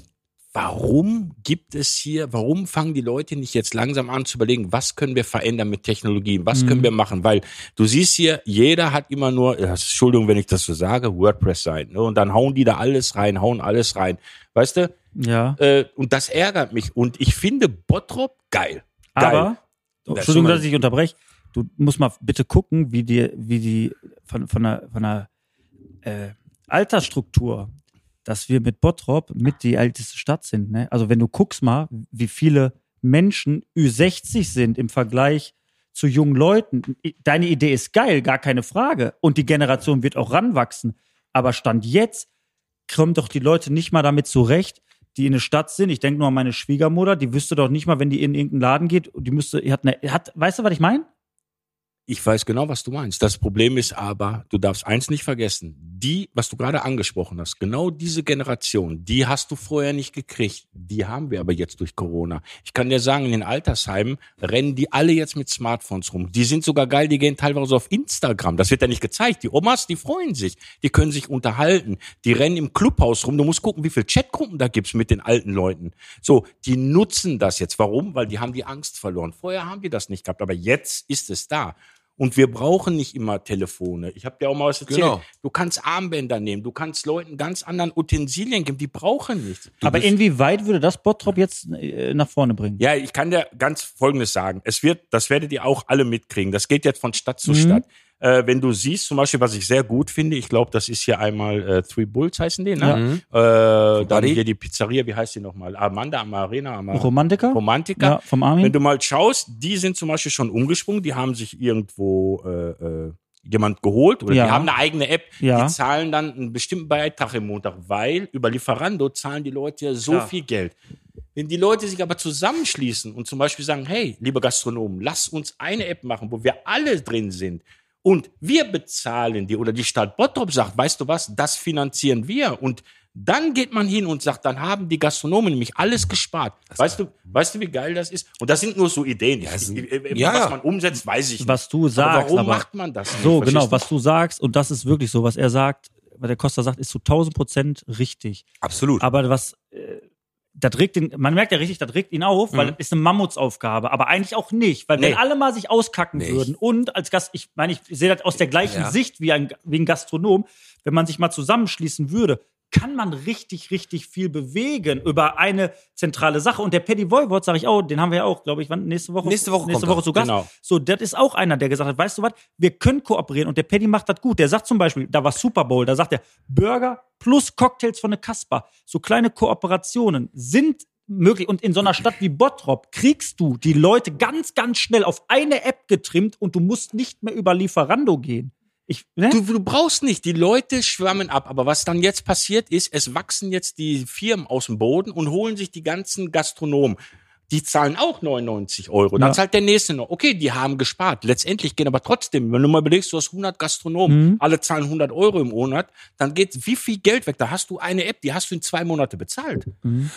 S7: warum gibt es hier, warum fangen die Leute nicht jetzt langsam an zu überlegen, was können wir verändern mit Technologien, was können wir machen? Weil du siehst hier, jeder hat immer nur, ja, Entschuldigung, wenn ich das so sage, WordPress sein. Ne? Und dann hauen die da alles rein, hauen alles rein. Weißt du?
S5: Ja.
S7: Äh, und das ärgert mich. Und ich finde Bottrop geil. Geil.
S5: Aber,
S7: ist
S5: Entschuldigung,
S7: schon mal-
S5: dass ich dich unterbreche. Du musst mal bitte gucken, wie die, wie die von, von der, von der äh, Altersstruktur, dass wir mit Bottrop mit die älteste Stadt sind. Ne? Also wenn du guckst mal, wie viele Menschen Ü60 sind im Vergleich zu jungen Leuten. Deine Idee ist geil, gar keine Frage. Und die Generation wird auch ranwachsen. Aber Stand jetzt kommen doch die Leute nicht mal damit zurecht, die in der Stadt sind. Ich denke nur an meine Schwiegermutter, die wüsste doch nicht mal, wenn die in irgendeinen Laden geht, die müsste, die hat eine, hat, weißt du, was ich meine?
S7: Ich weiß genau, was du meinst. Das Problem ist aber, du darfst eins nicht vergessen. Die, was du gerade angesprochen hast, genau diese Generation, die hast du vorher nicht gekriegt. Die haben wir aber jetzt durch Corona. Ich kann dir sagen, in den Altersheimen rennen die alle jetzt mit Smartphones rum. Die sind sogar geil, die gehen teilweise auf Instagram. Das wird ja nicht gezeigt. Die Omas, die freuen sich. Die können sich unterhalten. Die rennen im Clubhaus rum. Du musst gucken, wie viele Chatgruppen da gibt's mit den alten Leuten. So, die nutzen das jetzt. Warum? Weil die haben die Angst verloren. Vorher haben die das nicht gehabt, aber jetzt ist es da. Und wir brauchen nicht immer Telefone. Ich habe dir auch mal was erzählt.
S4: Genau.
S7: Du kannst Armbänder nehmen, du kannst Leuten ganz anderen Utensilien geben, die brauchen nichts.
S5: Aber inwieweit würde das Bottrop jetzt äh, nach vorne bringen?
S7: Ja, ich kann dir ganz Folgendes sagen. Es wird, das werdet ihr auch alle mitkriegen. Das geht jetzt von Stadt
S5: Mhm.
S7: zu Stadt. Äh, wenn du siehst, zum Beispiel, was ich sehr gut finde, ich glaube, das ist hier einmal äh, Three Bulls heißen die, ne? Äh, dann
S4: Buddy.
S7: hier die Pizzeria, wie heißt die nochmal? Amanda, Amarena, Amar
S5: Romantiker?
S7: Romantiker.
S5: Ja, vom Armin?
S7: Wenn du mal schaust, die sind zum Beispiel schon umgesprungen, die haben sich irgendwo äh, äh, jemand geholt oder
S5: Ja.
S7: die haben eine eigene App,
S5: Ja.
S7: die zahlen dann einen bestimmten Beitrag im Montag, weil über Lieferando zahlen die Leute ja so
S5: Klar.
S7: viel Geld. Wenn die Leute sich aber zusammenschließen und zum Beispiel sagen, hey, liebe Gastronomen, lass uns eine App machen, wo wir alle drin sind und wir bezahlen die oder die Stadt Bottrop sagt, weißt du was, das finanzieren wir und dann geht man hin und sagt, dann haben die Gastronomen nämlich alles gespart. Weißt du, weißt du, wie geil das ist? Und das sind nur so Ideen.
S4: es-
S7: Ich- ich-
S4: ja, ja.
S7: was man umsetzt, weiß ich nicht.
S5: was du
S7: Aber
S5: sagst.
S7: warum
S5: aber-
S7: macht man das? nicht?
S5: So,
S7: Verstehst
S5: genau,
S7: du?
S5: was du sagst. Und das ist wirklich so, was er sagt. was der Costa sagt, ist zu 1000 Prozent richtig.
S4: Absolut.
S5: Aber was, äh, das regt ihn, man merkt ja richtig, das regt ihn auf, weil
S4: Mhm.
S5: das ist eine Mammutsaufgabe, aber eigentlich auch nicht, weil wenn
S4: Nee.
S5: alle mal sich auskacken
S4: Nicht.
S5: würden und als Gast, ich meine, ich sehe das aus der gleichen
S4: Ja.
S5: Sicht wie ein, wie ein Gastronom, wenn man sich mal zusammenschließen würde, kann man richtig, richtig viel bewegen über eine zentrale Sache. Und der Paddy Voivod, sage ich auch, den haben wir ja auch, glaube ich, wann, nächste Woche,
S4: Nächste Woche
S5: nächste
S4: kommt
S5: Woche
S4: er.
S5: zu Gast.
S7: Genau.
S5: So, das ist auch einer, der gesagt hat, weißt du was, wir können kooperieren und der Paddy macht das gut. Der sagt zum Beispiel, da war Super Bowl, da sagt er, Burger plus Cocktails von der Kasper. So kleine Kooperationen sind möglich. Und in so einer Stadt wie Bottrop kriegst du die Leute ganz, ganz schnell auf eine App getrimmt und du musst nicht mehr über Lieferando gehen. Ich, ne?
S7: Du, du brauchst nicht, die Leute schwammen ab. Aber was dann jetzt passiert ist, es wachsen jetzt die Firmen aus dem Boden und holen sich die ganzen Gastronomen. Die zahlen auch 99 Euro. Dann
S5: Ja.
S7: zahlt der nächste noch. Okay, die haben gespart. Letztendlich gehen aber trotzdem, wenn du mal überlegst, du hast 100 Gastronomen,
S5: Mhm.
S7: alle zahlen 100 Euro im Monat, dann geht wie viel Geld weg? Da hast du eine App, die hast du in zwei Monate bezahlt.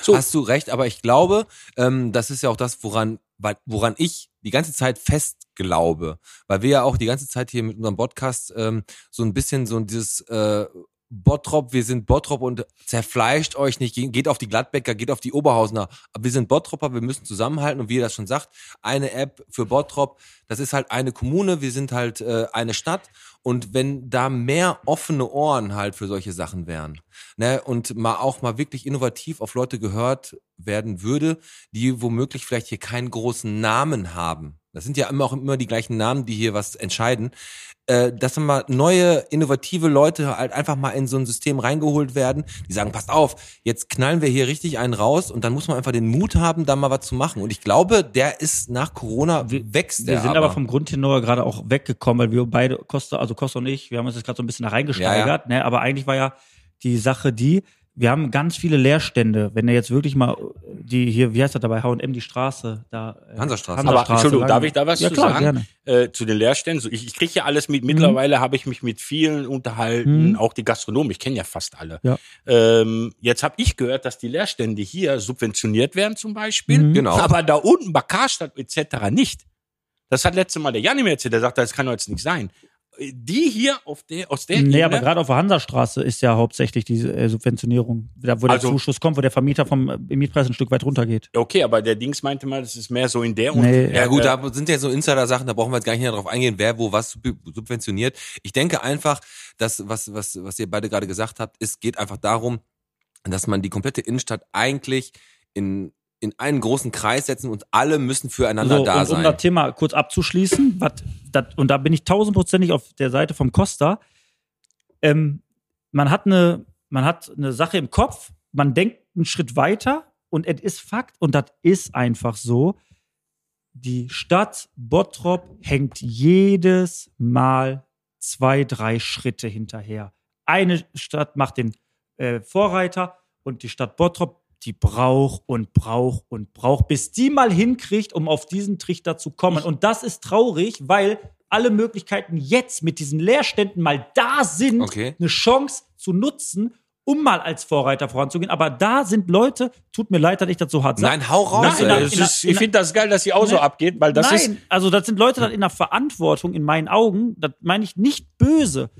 S7: So,
S4: Hast du recht, aber ich glaube, ähm, das ist ja auch das, woran, weil- woran ich die ganze Zeit fest glaube, weil wir ja auch die ganze Zeit hier mit unserem Podcast ähm, so ein bisschen so dieses äh, Bottrop, wir sind Bottrop und zerfleischt euch nicht, Ge- geht auf die Gladbecker, geht auf die Oberhausener, aber wir sind Bottropper, wir müssen zusammenhalten und wie ihr das schon sagt, eine App für Bottrop, das ist halt eine Kommune, wir sind halt äh, eine Stadt und wenn da mehr offene Ohren halt für solche Sachen wären, ne, und mal auch mal wirklich innovativ auf Leute gehört werden würde, die womöglich vielleicht hier keinen großen Namen haben. Das sind ja immer auch immer die gleichen Namen, die hier was entscheiden. Äh, dass dann mal neue, innovative Leute halt einfach mal in so ein System reingeholt werden, die sagen, passt auf, jetzt knallen wir hier richtig einen raus und dann muss man einfach den Mut haben, da mal was zu machen. Und ich glaube, der ist nach Corona wächst der
S5: Wir sind aber, vom Grundtenor gerade auch weggekommen, weil wir beide, Costa, also Costa und ich, wir haben uns jetzt gerade so ein bisschen da reingesteigert, Ne? aber eigentlich war ja die Sache die, wir haben ganz viele Leerstände. Wenn er jetzt wirklich mal die hier, wie heißt das dabei, H&M, die Straße, da. äh,
S4: Hansastraße.
S7: Aber Entschuldigung,
S5: lang-
S7: darf ich da was
S5: ja,
S7: zu
S5: klar,
S7: sagen?
S5: Gerne.
S7: äh, zu den Lehrstellen. So, ich ich kriege ja alles mit. Mittlerweile habe ich mich mit vielen unterhalten,
S5: Mhm.
S7: auch die Gastronomen. Ich kenne ja fast alle.
S5: Ja.
S7: Ähm, jetzt habe ich gehört, dass die Lehrstände hier subventioniert werden zum Beispiel.
S5: Mhm.
S4: Genau.
S7: Aber da unten bei Karstadt etc. nicht. Das hat letzte Mal der Janni mir erzählt. Der sagt, das kann doch jetzt nicht sein. Äh, Die hier auf der, aus der
S5: Nee,
S7: Ebene-
S5: aber gerade auf der Hansastraße ist ja hauptsächlich diese äh, Subventionierung, da wo der
S7: Also-
S5: Zuschuss kommt, wo der Vermieter vom äh, Mietpreis ein Stück weit runtergeht.
S7: Okay, aber der Dings meinte mal, das ist mehr so in der
S5: Nee.
S4: Ja gut,
S7: äh,
S4: da sind ja so Insider-Sachen, da brauchen wir jetzt gar nicht mehr drauf eingehen, wer wo was sub- subventioniert. Ich denke einfach, dass was, was, was ihr beide gerade gesagt habt, es geht einfach darum, dass man die komplette Innenstadt eigentlich in, in einen großen Kreis setzen und alle müssen füreinander
S5: So,
S4: da
S5: und um
S4: sein.
S5: das Thema kurz abzuschließen, was, das, und da bin ich tausendprozentig auf der Seite vom Costa. Ähm, man hat eine, man hat eine Sache im Kopf, man denkt einen Schritt weiter und es ist Fakt und das ist einfach so. Die Stadt Bottrop hängt jedes Mal zwei, drei Schritte hinterher. Eine Stadt macht den äh, Vorreiter und die Stadt Bottrop, die braucht und braucht und braucht, bis die mal hinkriegt, um auf diesen Trichter zu kommen. Und das ist traurig, weil alle Möglichkeiten jetzt mit diesen Leerständen mal da sind,
S4: Okay.
S5: eine Chance zu nutzen, um mal als Vorreiter voranzugehen. Aber da sind Leute, tut mir leid, dass ich das so hart sage.
S4: Nein, hau raus.
S5: Nein,
S4: ey.
S5: in
S7: das
S5: der-
S7: ist,
S5: in
S7: ich
S5: der-
S7: finde das geil, dass sie auch so
S5: Nein.
S7: abgeht, weil das
S5: Nein,
S7: ist
S5: also das sind Leute dann in der Verantwortung, in meinen Augen, das meine ich nicht böse,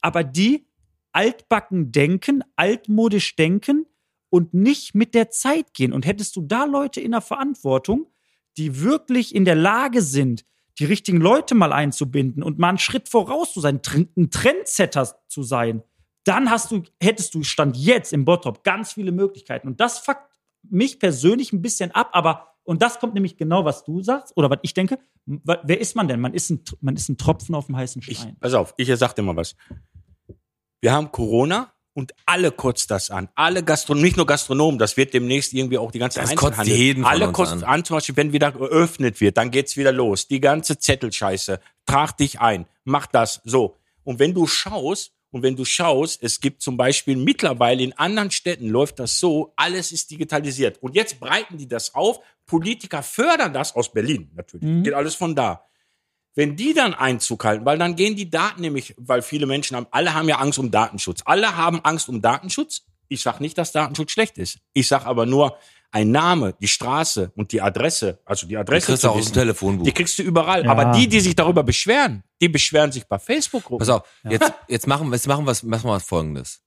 S5: aber die altbacken denken, altmodisch denken und nicht mit der Zeit gehen. Und hättest du da Leute in der Verantwortung, die wirklich in der Lage sind, die richtigen Leute mal einzubinden und mal einen Schritt voraus zu sein, tr- ein Trendsetter zu sein, dann hast du, hättest du Stand jetzt im Bottrop ganz viele Möglichkeiten. Und das fuckt mich persönlich ein bisschen ab, aber, und das kommt nämlich genau, was du sagst, oder was ich denke, m- wa- wer ist man denn? Man ist ein, Tr- man ist ein Tropfen auf dem heißen
S7: Ich,
S5: Stein.
S7: pass auf, ich sag dir mal was. Wir haben Corona und alle kotzt das an. Alle Gastronomen, nicht nur Gastronomen, das wird demnächst irgendwie auch die ganze
S4: Das
S7: Einzelhandel.
S4: kotzt jeden von
S7: alle
S4: uns
S7: kotzt
S4: an.
S7: an, zum Beispiel, wenn wieder geöffnet wird, dann geht's wieder los. Die ganze Zettelscheiße. Trag dich ein. Mach das. So. Und wenn du schaust, und wenn du schaust, es gibt zum Beispiel mittlerweile in anderen Städten läuft das so, alles ist digitalisiert. Und jetzt breiten die das auf. Politiker fördern das aus Berlin natürlich. Geht alles von da wenn die dann Einzug halten, weil dann gehen die Daten nämlich, weil viele Menschen haben, alle haben ja Angst um Datenschutz. Alle haben Angst um Datenschutz. Ich sage nicht, dass Datenschutz schlecht ist. Ich sage aber nur, Ein Name, die Straße und die Adresse, also die
S4: Die
S7: Adresse.
S4: kriegst du
S7: zu
S4: auch aus dem
S7: wissen,
S4: Telefonbuch.
S7: die kriegst du überall.
S5: Ja.
S7: Aber die, die sich darüber beschweren, die beschweren sich bei
S4: Pass
S7: Facebook-Gruppen.
S4: auf, jetzt, jetzt machen, jetzt machen wir, machen wir folgendes.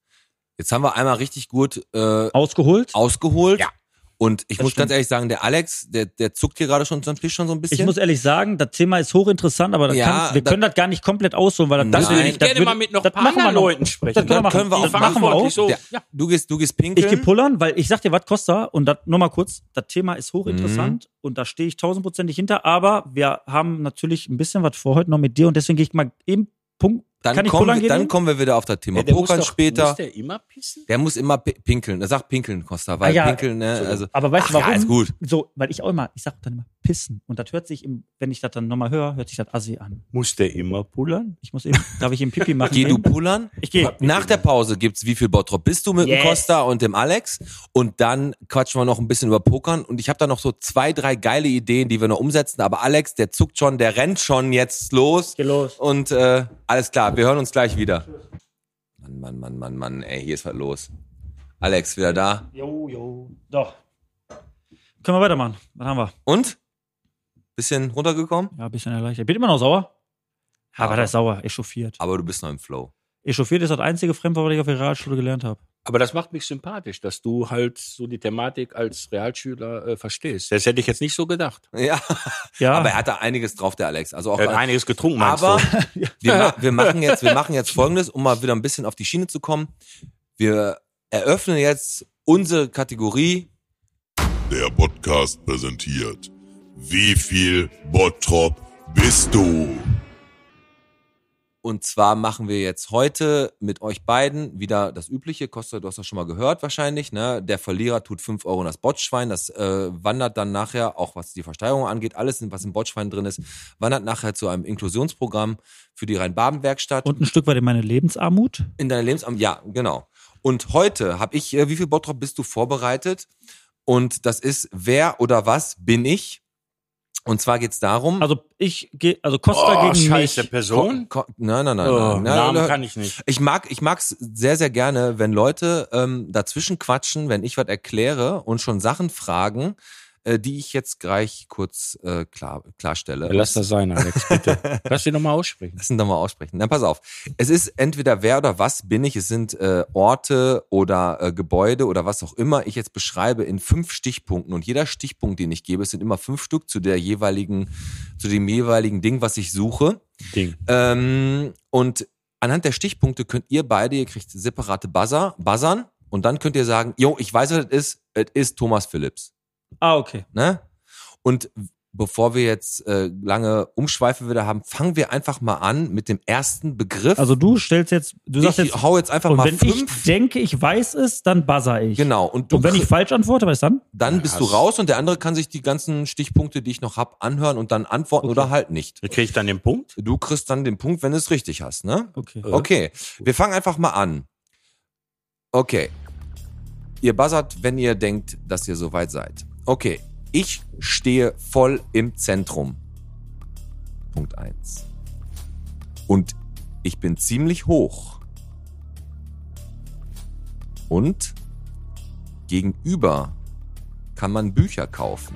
S4: Jetzt haben wir einmal richtig gut, äh,
S5: Ausgeholt?
S4: ausgeholt.
S7: Ja.
S4: Und ich
S5: Das
S4: muss
S5: stimmt.
S4: ganz ehrlich sagen, der Alex, der, der zuckt hier gerade schon unterm Tisch schon so ein bisschen.
S5: Ich muss ehrlich sagen, das Thema ist hochinteressant, aber das
S4: Ja,
S5: kann, wir
S4: das-
S5: können das gar nicht komplett ausholen, weil das,
S4: Das
S5: würde
S4: würde ich
S5: das
S7: gerne
S5: würde-
S7: mal mit noch
S5: das
S7: ein paar
S5: machen wir
S7: anderen
S5: noch.
S7: Leuten sprechen.
S5: Das können wir
S4: Das können wir
S5: machen.
S4: auch
S5: Das machen wir
S7: verantwortlich
S5: auch.
S7: so.
S4: Der-
S7: Ja.
S4: Du gehst, du gehst pinkeln.
S5: Ich gehe pullern, weil ich sag dir, was kostet da? Und das nochmal kurz, das Thema ist hochinteressant
S4: Mhm.
S5: und da stehe ich tausendprozentig hinter, aber wir haben natürlich ein bisschen was vor heute noch mit dir und deswegen gehe ich mal eben Punkt.
S4: Dann,
S5: kann ich
S4: kommen,
S5: pullern
S4: wir-
S5: gehen?
S4: dann kommen wir wieder auf das Thema
S7: Ja, der muss
S4: Pokern
S7: doch-
S4: später.
S7: Muss der immer pissen?
S4: Der muss immer pi- pinkeln. Er sagt pinkeln, Costa, weil
S5: Ah, ja.
S4: pinkeln, ne, also.
S5: Aber weißt
S4: Ach
S5: du warum?
S4: Ja, ist gut.
S5: So, weil ich auch immer, ich sag dann immer pissen und das hört sich, im, wenn ich das dann nochmal höre, hört sich das assi an.
S7: Muss der immer pullern?
S5: Ich muss eben, darf ich eben Pipi machen?
S4: Geh du pullern.
S5: Ich gehe.
S4: Nach der Pause gibt's wie viel Bottrop bist du mit
S5: Yes.
S4: dem Costa und dem Alex und dann quatschen wir noch ein bisschen über Pokern und ich habe da noch so zwei, drei geile Ideen, die wir noch umsetzen, aber Alex, der zuckt schon, der rennt schon jetzt los.
S5: Geh los.
S4: Und äh, alles klar, wir hören uns gleich wieder. Mann, Mann, Mann, Mann, Mann, ey, hier ist was los. Alex, wieder da.
S5: Jo, jo. Doch. Können wir weitermachen. Was haben wir?
S4: Und? Bisschen runtergekommen?
S5: Ja, ein bisschen erleichtert. Ich bin immer noch sauer. Aber das ist sauer, echauffiert.
S4: Aber du bist noch im Flow.
S5: Echauffiert ist das einzige Fremdwort, was ich auf der Realschule gelernt habe.
S7: Aber das macht mich sympathisch, dass du halt so die Thematik als Realschüler äh, verstehst. Das hätte ich jetzt nicht so gedacht.
S4: Ja.
S5: Ja.
S4: Aber er hat da einiges drauf, der Alex. Also auch
S7: Er hat einiges getrunken, meinst
S4: Aber
S7: du?
S4: wir, ma wir, machen jetzt, wir machen jetzt Folgendes, um mal wieder ein bisschen auf die Schiene zu kommen. Wir eröffnen jetzt unsere Kategorie.
S1: Der Podcast präsentiert. Wie viel Bottrop bist du?
S4: Und zwar machen wir jetzt heute mit euch beiden wieder das Übliche. Costa, du hast das schon mal gehört wahrscheinlich. Ne? Der Verlierer tut 5 Euro in das Botschwein. Das äh, wandert dann nachher, auch was die Versteigerung angeht, alles, was im Botschwein drin ist, wandert nachher zu einem Inklusionsprogramm für die Rhein-Baden-Werkstatt.
S5: Und ein Stück weit in meine Lebensarmut.
S4: In deiner Lebensamt, ja, genau. Und heute habe ich, äh, wie viel Bottrop bist du vorbereitet? Und das ist, wer oder was bin ich? Und zwar geht's darum.
S5: Also ich gehe, also Costa
S7: Hm. oh,
S5: gegen
S7: scheiße,
S5: mich.
S7: Person?
S4: Ko- ko- Nein, nein, nein.
S7: Oh,
S4: nein, nein,
S7: Namen
S4: nein.
S7: kann ich nicht.
S4: Ich mag, ich mag's sehr, sehr gerne, wenn Leute ähm, dazwischen quatschen, wenn ich was erkläre und schon Sachen fragen, äh, die ich jetzt gleich kurz äh, klar, klarstelle.
S7: Lass das sein, Alex, bitte. Lass ihn nochmal aussprechen.
S4: Lass ihn doch mal aussprechen. Na, pass auf. Es ist entweder wer oder was bin ich. Es sind äh, Orte oder äh, Gebäude oder was auch immer ich jetzt beschreibe in fünf Stichpunkten. Und jeder Stichpunkt, den ich gebe, es sind immer fünf Stück zu der jeweiligen, zu dem jeweiligen Ding, was ich suche.
S7: Ding.
S4: Ähm, und anhand der Stichpunkte könnt ihr beide, ihr kriegt separate Buzzer, buzzern. Und dann könnt ihr sagen, jo, ich weiß, was das ist. Es ist Thomas Phillips.
S5: Ah, okay.
S4: Ne? Und bevor wir jetzt äh, lange Umschweife wieder haben, fangen wir einfach mal an mit dem ersten Begriff.
S5: Also du stellst jetzt, du sagst
S4: ich
S5: jetzt,
S4: hau jetzt einfach
S5: und
S4: mal
S5: wenn ich
S4: fünf.
S5: denke, ich weiß es, dann buzzer ich.
S4: Genau. Und, du,
S5: Und wenn ich falsch antworte, was dann?
S4: dann bist du raus und der andere kann sich die ganzen Stichpunkte, die ich noch hab, anhören und dann antworten oder halt nicht.
S7: Kriege ich dann den Punkt?
S4: Du kriegst dann den Punkt, wenn du es richtig hast, ne?
S5: Okay.
S4: Okay, wir fangen einfach mal an. Okay. Ihr buzzert, wenn ihr denkt, dass ihr soweit seid. Okay, ich stehe voll im Zentrum. Punkt eins. Und ich bin ziemlich hoch. Und gegenüber kann man Bücher kaufen.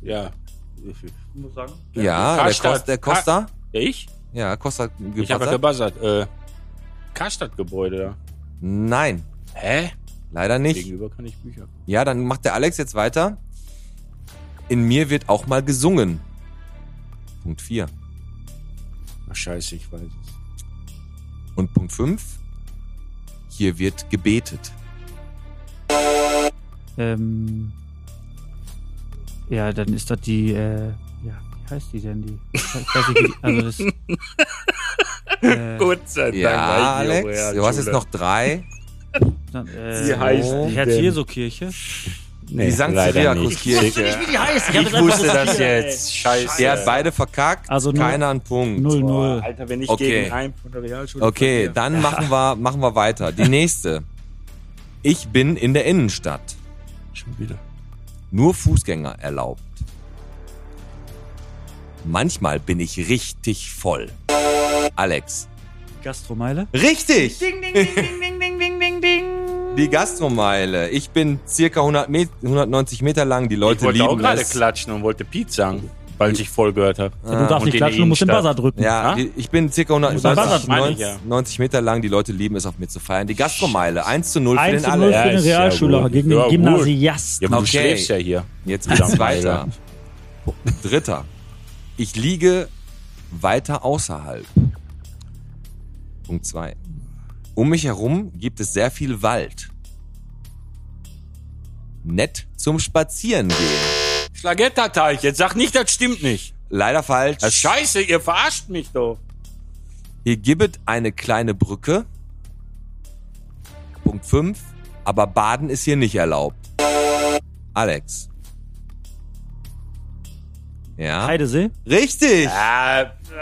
S7: Ja.
S5: Ich muss sagen.
S4: Ja, der,
S7: Karstadt.
S4: Kost, der Costa.
S7: Ja, Ich?
S4: Ja, Costa
S7: Ich habe
S4: gebuzzert.
S7: gebuzzert. Äh, Karstadt-Gebäude da.
S4: Nein,
S7: Hä?
S4: leider nicht.
S7: Gegenüber kann ich Bücher.
S4: Ja, dann macht der Alex jetzt weiter. In mir wird auch mal gesungen. Punkt 4.
S7: Ach, scheiße, ich weiß es.
S4: Und Punkt 5. Hier wird gebetet.
S5: Ähm, ja, dann ist das die, äh, ja, wie heißt die denn die? Ich weiß nicht, wie die- also das, äh,
S7: Gut sei
S4: Ja,
S7: weiß ich,
S4: Alex,
S7: oh ja,
S4: du hast
S7: Schule.
S4: jetzt noch drei.
S5: Dann, äh,
S7: Wie heißt
S4: so.
S7: die denn?
S5: Herz-Jesu-Kirche.
S7: Nee,
S4: die St.
S7: leider nicht.
S4: Cyriakus-Kirche.
S5: Wie die heißt? Ich, hab
S7: Ich
S5: einfach
S7: wusste
S5: gesagt,
S7: das
S5: hier, ey.
S7: jetzt. Scheiße.
S4: Er hat beide verkackt.
S5: Also
S4: Also
S5: null.
S4: keiner einen Punkt.
S5: Null,
S7: Boah,
S5: null.
S7: Alter, wenn ich
S4: Okay.
S7: gegen einen von der Realschule
S4: Okay,
S7: verliere.
S4: dann machen wir, machen wir weiter. Die nächste. Ich bin in der Innenstadt.
S7: Schon wieder.
S4: Nur Fußgänger erlaubt. Manchmal bin ich richtig voll. Alex.
S5: Gastromeile.
S4: Richtig!
S8: Ding, ding, ding, ding, ding, ding, ding, ding, ding.
S4: Die Gastromeile. Ich bin circa 100 Met 190 Meter lang. Die Leute
S7: ich wollte
S4: lieben
S7: auch gerade
S4: es.
S7: klatschen und wollte Piet sagen, weil ich voll gehört habe.
S5: Ja, du darfst
S7: Ah, Und
S5: nicht
S7: in
S5: klatschen,
S7: die
S5: du musst den
S7: Innenstadt.
S5: Buzzer drücken.
S4: Ja,
S7: Ah?
S4: die- ich bin circa
S5: ein Fahrrad,
S4: 190
S7: meine ich,
S4: 90,
S7: ja.
S4: 90 Meter lang. Die Leute lieben es, auf mir zu feiern. Die Gastromeile. 1 zu 0 für
S5: 1
S4: den
S5: zu 0
S4: alle.
S5: für den
S7: ist ja
S5: Realschüler
S7: gut.
S5: gegen den
S7: Ja, gut. Ja,
S5: Gymnasiasten.
S7: aber
S4: Okay.
S7: du schläfst ja hier.
S4: Jetzt
S7: Ja,
S4: geht's
S7: Alter.
S4: weiter. Dritter. Ich liege weiter außerhalb. Punkt 2. Um mich herum gibt es sehr viel Wald. Nett zum Spazieren gehen.
S7: Schlagetterteig, jetzt sag nicht, das stimmt nicht.
S4: Leider falsch.
S7: Das ist scheiße, ihr verarscht mich doch.
S4: Hier gibt eine kleine Brücke. Punkt 5. Aber Baden ist hier nicht erlaubt. Alex. Ja.
S5: Heidesee.
S4: Richtig.
S7: Ah, ah, Emma,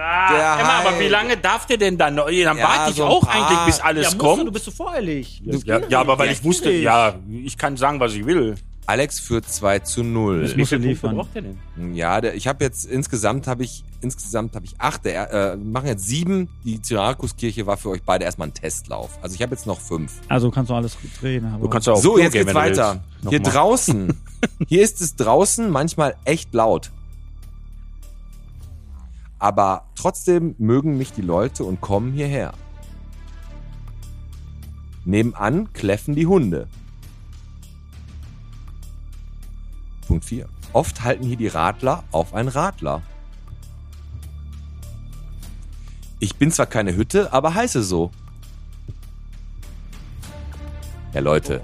S4: Heil-
S7: aber wie lange darf der denn dann noch? Dann
S4: Ja,
S7: warte ich
S4: so ein
S7: auch
S4: paar-
S7: eigentlich, bis alles kommt.
S5: bist so voreilig.
S7: ja, ja, aber weil ich wusste,
S5: natürlich.
S7: ja, ich kann sagen, was ich will.
S4: Alex führt 2 zu 0.
S5: Muss er liefern.
S7: er denn?
S4: Ja, der, ich habe jetzt insgesamt habe ich insgesamt habe ich acht. Der, äh, wir machen jetzt sieben. Die Syrakuskirche war für euch beide erstmal ein Testlauf. Also ich habe jetzt noch fünf.
S5: Also kannst du alles drehen. Aber
S7: Du kannst auch auf
S4: so,
S7: Klo
S4: jetzt
S7: gehen,
S4: geht's
S7: wenn du
S4: weiter.
S7: willst.
S4: Hier
S7: Nochmal.
S4: draußen. Hier ist es draußen manchmal echt laut. Aber trotzdem mögen mich die Leute und kommen hierher. Nebenan kläffen die Hunde. Punkt 4. Oft halten hier die Radler auf ein Radler. Ich bin zwar keine Hütte, aber heiße so. Ja, Leute.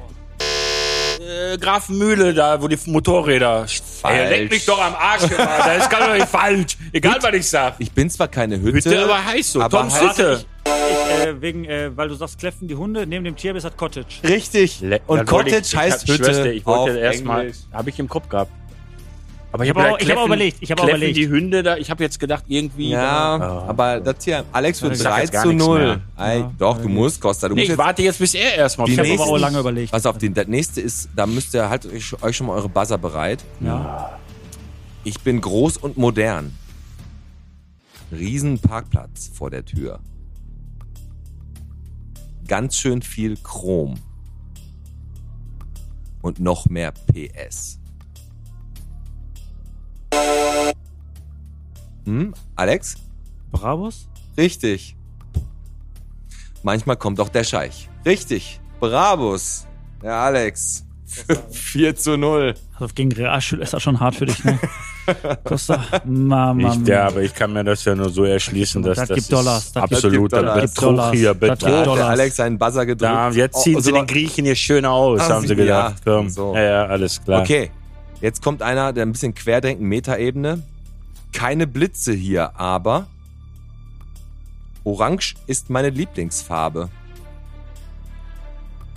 S7: Äh, Grafenmühle, da, wo die Motorräder. Ey, leck mich doch am Arsch, Emma. Das ist gar nicht falsch. Egal, was ich sag.
S4: Ich bin zwar keine Hütte,
S7: Bitte, aber heiß so.
S4: aber
S7: Toms
S4: heiß-
S7: Hütte.
S5: äh, wegen, äh, weil du sagst, kläffen die Hunde, neben dem Tierbiss hat Cottage.
S4: Richtig.
S7: Le-
S4: und
S7: dann wollte
S4: Cottage
S7: ich- ich
S4: heißt
S7: hab-
S4: Hütte.
S7: Schwester, ich wollte
S4: auf
S7: erstmal,
S4: Englisch.
S7: habe ich im Kopf gehabt. Aber
S5: Ich hab
S7: gedacht,
S5: auch- ich hab auch
S7: kläffen-
S5: überlegt, ich hab auch
S7: kläffen
S5: überlegt.
S7: die Hunde da, ich habe jetzt gedacht, irgendwie.
S4: Ja,
S7: Ah.
S4: aber das hier, Alex für
S7: Ich sag
S4: 3
S7: jetzt gar
S4: zu
S7: nichts
S4: 0.
S7: mehr.
S4: Ei,
S5: Ja.
S4: doch, du musst, Costa. Du
S7: Nee,
S4: musst
S7: ich
S4: jetzt,
S7: warte jetzt, bis er erstmal.
S4: Die
S5: Ich habe aber auch
S4: Nächsten-
S5: lange überlegt.
S4: pass auf, den, das nächste ist, da müsst ihr, haltet euch, euch schon mal eure Buzzer bereit.
S5: Ja.
S4: Ich bin groß und modern. Riesen Parkplatz vor der Tür. Ganz schön viel Chrom. Und noch mehr PS. Hm, Alex?
S5: Bravos?
S4: Richtig. Manchmal kommt auch der Scheich. Richtig. Brabus. Ja, Alex. 4 zu 0.
S5: Also gegen Realschule ist das schon hart für dich, ne? Costa, Mama.
S7: Ich, ja, aber ich kann mir das ja nur so erschließen, dass das,
S5: Das gibt Dollars,
S7: ist
S5: das gibt
S7: absoluter
S4: Dollars. Das gibt
S7: Betrug
S5: Dollars.
S7: hier,
S5: Das gibt
S4: Da
S7: Betrug.
S4: hat der
S5: Dollars.
S4: Alex seinen Buzzer gedrückt.
S7: Da, jetzt ziehen
S4: Oh,
S7: sie
S4: sogar-
S7: den Griechen hier schön aus,
S4: Ah,
S7: haben sie
S4: sie-
S7: gedacht.
S4: ja,
S7: Komm.
S4: so.
S7: Ja, ja, alles klar.
S4: Okay, jetzt kommt einer, der ein bisschen querdenken, Metaebene. Keine Blitze hier, aber Orange ist meine Lieblingsfarbe.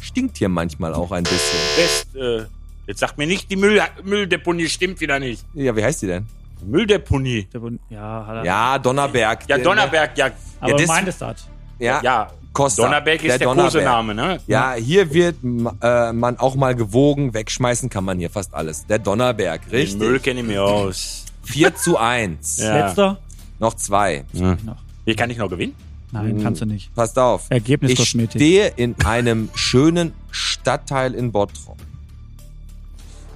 S4: Stinkt hier manchmal auch ein bisschen.
S7: Best, äh, jetzt sagt mir nicht, die Müll, Mülldeponie stimmt wieder nicht.
S4: Ja, wie heißt die denn?
S7: Mülldeponie.
S5: Der Bund- Ja, hat er.
S4: Ja, Donnerberg.
S7: Ja,
S4: Der-
S7: Donnerberg, ja.
S5: aber
S4: ja,
S5: du
S4: des-
S5: meintest das.
S4: Ja,
S7: ja.
S4: Ah, Costa,
S7: Donnerberg ist
S4: der
S7: der,
S4: Donnerberg.
S7: große Name, ne?
S4: Ja, hier wird äh, man auch mal gewogen. Wegschmeißen kann man hier fast alles. Der Donnerberg,
S7: Den Müll
S4: richtig.
S7: kenne ich mir aus.
S4: 4 zu 1.
S7: Ja.
S5: Letzter?
S4: Noch zwei.
S5: Noch.
S7: Hier kann ich noch gewinnen.
S5: Nein, kannst du nicht.
S4: Passt auf. Ich
S5: Ergebniskosmetik.
S4: stehe in einem schönen Stadtteil in Bottrop.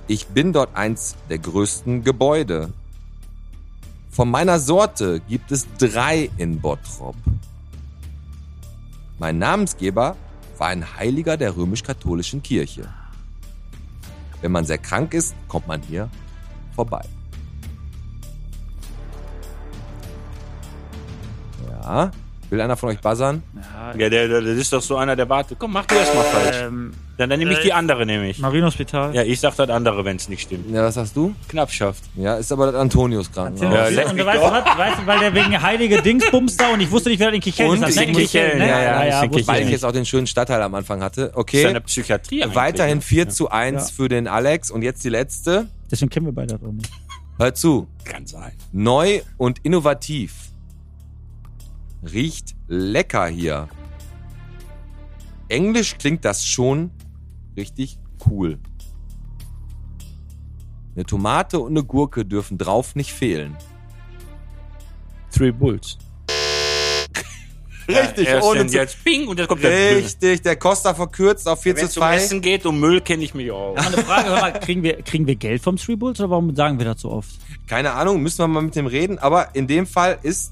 S4: Ich bin dort eins der größten Gebäude. Von meiner Sorte gibt es drei in Bottrop. Mein Namensgeber war ein Heiliger der römisch-katholischen Kirche. Wenn man sehr krank ist, kommt man hier vorbei. Ja, will einer von euch buzzern?
S5: Ah, Ja,
S7: Ja, der, der, das ist doch so einer, der wartet. Komm, mach du erst mal falsch.
S5: ähm,
S7: Dann, dann nehme ich die andere, nehme ich.
S5: Marienhospital.
S7: Ja, ich sag das andere, wenn es nicht stimmt.
S4: Ja, was hast du?
S7: Knappschaft.
S4: Ja, ist aber das Antonius ne? Krankenhaus.
S7: Ja,
S5: und
S7: leck
S5: und
S7: mich
S5: weißt du was? Weißt du, weil der wegen heilige Dingsbums da und ich wusste nicht, wer das in Kicheln
S4: Und
S5: ist. Das
S4: ist
S5: nennt
S4: in
S5: man
S7: Kicheln,
S5: ne?
S7: ja, ja,
S5: ja,
S7: ist
S5: wusste ich
S7: in Kicheln.
S4: Weil ich
S5: nicht.
S4: jetzt auch den schönen Stadtteil am Anfang hatte.
S7: Ist ja
S4: Okay.
S7: eine Psychiatrie. eigentlich,
S4: Weiterhin
S7: ne?
S4: 4 zu 1 für den Alex. Und jetzt die letzte.
S5: Deswegen kennen wir beide das auch nicht.
S4: Hör zu.
S7: Kann sein.
S4: Neu und innovativ. Riecht lecker hier. Englisch klingt das schon richtig cool. Eine Tomate und eine Gurke dürfen drauf nicht fehlen.
S7: Three Bulls.
S4: Richtig,
S7: erst
S4: ohne
S7: denn
S4: zu-
S7: jetzt ping und jetzt kommt
S4: Richtig, der Costa verkürzt auf 4
S7: der Wenn
S4: zu
S7: es um
S4: 2.
S7: Essen geht, um Müll kenne ich mich auch.
S5: Eine Frage, hör mal, kriegen wir, kriegen wir Geld vom Three Bulls oder warum sagen wir das so oft?
S4: Keine Ahnung, müssen wir mal mit dem reden. Aber in dem Fall ist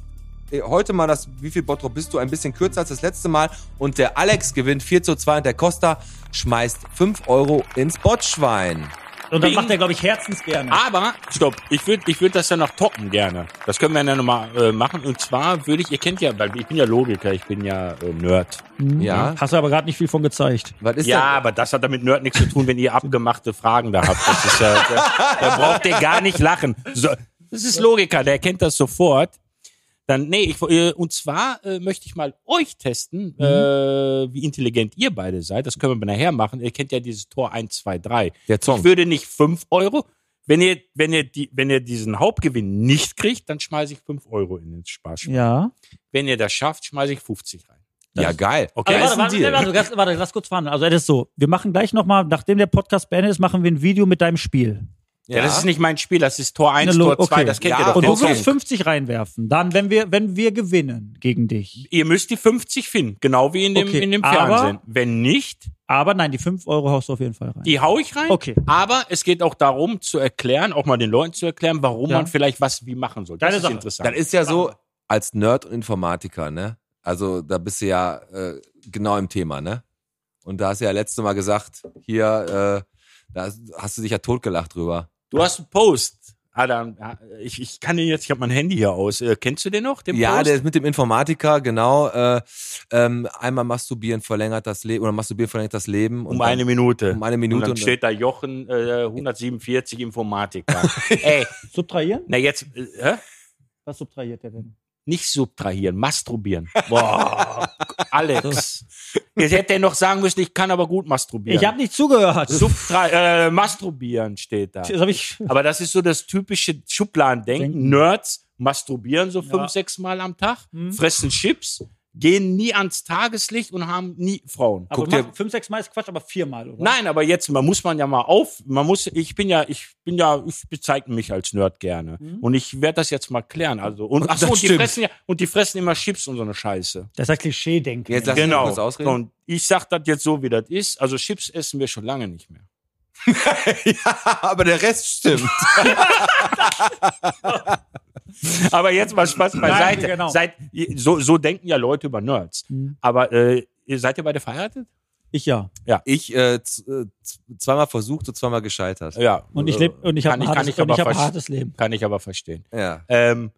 S4: äh, heute mal das, wie viel Bottrop bist du, ein bisschen kürzer als das letzte Mal. Und der Alex gewinnt 4 zu 2 und der Costa schmeißt 5 Euro ins Botschwein.
S5: Und dann
S7: Bing.
S5: macht er, glaube ich, herzensgern.
S7: Aber, stopp, ich würde ich würd das dann noch toppen gerne. Das können wir dann nochmal äh, machen. Und zwar würde ich, ihr kennt ja, weil ich bin ja Logiker, ich bin ja äh, Nerd.
S4: Ja,
S5: Hast du aber gerade nicht viel von gezeigt.
S4: was ist
S7: Mhm. ja,
S4: denn?
S7: aber das hat damit Nerd nichts zu tun, wenn ihr abgemachte Fragen da habt. Das ist, äh, da, da braucht ihr gar nicht lachen. So, das ist Logiker, der erkennt das sofort. Dann, nee, ich, äh, und zwar äh, möchte ich mal euch testen, äh, wie intelligent ihr beide seid. Das können wir nachher machen. Ihr kennt ja dieses Tor 1, 2, 3.
S4: Der Song.
S7: Ich würde nicht 5 Euro. Wenn ihr, wenn, ihr die, wenn ihr diesen Hauptgewinn nicht kriegt, dann schmeiße ich 5 Euro in den Sparschwein.
S5: Ja.
S7: Wenn ihr das schafft, schmeiße ich 50 rein.
S4: Ja, geil.
S7: Okay.
S4: Da
S5: Aber
S4: ist
S5: warte,
S4: ein
S5: Also warte,
S4: Deal.
S5: warte, warte, lass- warte, lass kurz fahren. Also, das ist so. Wir machen gleich nochmal, nachdem der Podcast beendet ist, machen wir ein Video mit deinem Spiel.
S7: Ja. das ist nicht mein Spiel, das ist Tor 1,
S5: Eine Lo-
S7: Tor 2,
S5: okay.
S7: das kennt
S4: Ja,
S7: ihr doch.
S5: Und
S7: den
S5: du
S4: Okay.
S7: Song.
S5: würdest 50 reinwerfen. Dann, wenn wir, wenn wir gewinnen gegen dich.
S7: Ihr müsst die 50 finden, genau wie in dem,
S5: Okay,
S7: in dem
S5: aber-
S7: Fernsehen. Wenn nicht,
S5: Aber nein, die 5 Euro haust du auf jeden Fall rein.
S7: die hau ich rein.
S5: Okay.
S7: Aber es geht auch darum zu erklären, auch mal den Leuten zu erklären, warum
S5: Ja.
S7: man vielleicht was wie machen soll.
S5: Deine
S7: Das ist
S5: Sache.
S7: interessant.
S4: Dann ist ja so, als Nerd und Informatiker, ne? Also da bist du ja äh, genau im Thema, ne? Und da hast du ja letzte Mal gesagt, hier, äh, da hast- hast du dich ja totgelacht drüber.
S7: du hast einen Post. Adam, ja, ich, ich kann den jetzt, ich habe mein Handy hier aus. Äh, kennst du den noch? Den
S4: ja,
S7: Post?
S4: der ist mit dem Informatiker, genau. Äh, ähm, einmal masturbieren verlängert das Leben oder masturbieren verlängert das Leben. und
S7: um
S4: dann-
S7: eine Minute.
S4: um eine Minute
S7: Und dann
S4: und-
S7: steht da Jochen äh, 147 Informatiker. Ey,
S5: Subtrahieren?
S7: na jetzt, äh, hä?
S5: Was subtrahiert der denn?
S7: Nicht subtrahieren, masturbieren. Boah, Alex. Jetzt hätte er noch sagen müssen, ich kann aber gut masturbieren.
S5: Ich habe nicht zugehört.
S7: Subtra äh, masturbieren steht da.
S5: Das hab ich.
S7: Aber das ist so das typische Schubladendenken.
S5: Denken.
S7: Nerds masturbieren so
S5: Ja.
S7: fünf, sechs Mal am Tag,
S5: Hm.
S7: fressen Chips, gehen nie ans Tageslicht und haben nie Frauen.
S5: Aber
S4: Guck dir-
S5: mach- fünf, sechs Mal ist Quatsch, aber viermal, oder?
S7: Nein, aber jetzt man muss man ja mal auf. Man muss, ich bin ja, ich bin ja, ich bezeichne mich als Nerd gerne.
S5: Mhm.
S7: Und ich werde das jetzt mal klären. Also und, ach so,
S4: Das
S7: und die
S4: stimmt.
S7: fressen ja und die fressen immer Chips und so eine Scheiße.
S5: Das ist ja Klischee-Denken.
S4: Jetzt lass mich
S7: genau.
S4: kurz ausreden.
S7: Und ich sag das jetzt so, wie das ist. Also Chips essen wir schon lange nicht mehr.
S4: ja, aber der Rest stimmt.
S7: Aber jetzt mal Spaß beiseite.
S5: genau.
S7: Seid, so, so denken ja Leute über Nerds.
S5: Mhm.
S7: Aber äh, ihr- seid ihr beide verheiratet?
S5: Ich ja.
S4: Ich äh, z- äh, z- zweimal versucht und zweimal gescheitert.
S7: Ja.
S5: Und ich lebe und ich
S7: Kann
S5: habe ein,
S7: ich-
S5: hartes-
S7: kann ich
S5: und
S7: aber
S5: ich hab ein
S7: verst-
S5: hartes Leben.
S7: Kann ich aber verstehen.
S4: Ja.
S7: Ähm,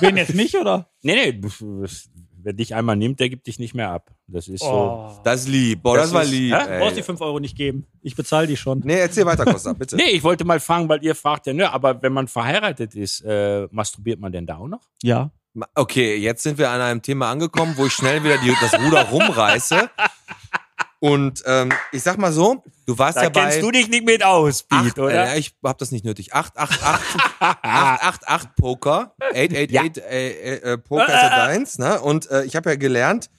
S5: Wen jetzt mich oder?
S7: nee, nee, pf, pf, wer dich einmal nimmt, der gibt dich nicht mehr ab. Das ist so.
S5: Oh.
S4: Das ist lieb. Boah, das,
S7: Das
S4: war
S7: ist-
S4: lieb.
S7: Hä?
S5: Du
S4: ey.
S5: brauchst die 5 Euro nicht geben. Ich bezahle die schon.
S4: Nee, erzähl weiter, Costa, bitte.
S7: Nee, ich wollte mal fragen, weil ihr fragt ja, ne, aber wenn man verheiratet ist, äh, masturbiert man denn da auch noch?
S5: Ja.
S4: Ma- Okay, jetzt sind wir an einem Thema angekommen, wo ich schnell wieder die, das Ruder rumreiße. Und ähm, ich sag mal so, du warst ja bei
S7: dich nicht mit aus,
S4: acht, Äh, ich hab das nicht nötig. 888 888 Poker, 888 äh, äh, äh, Poker ist ja deins, ne? Und äh, ich habe ja gelernt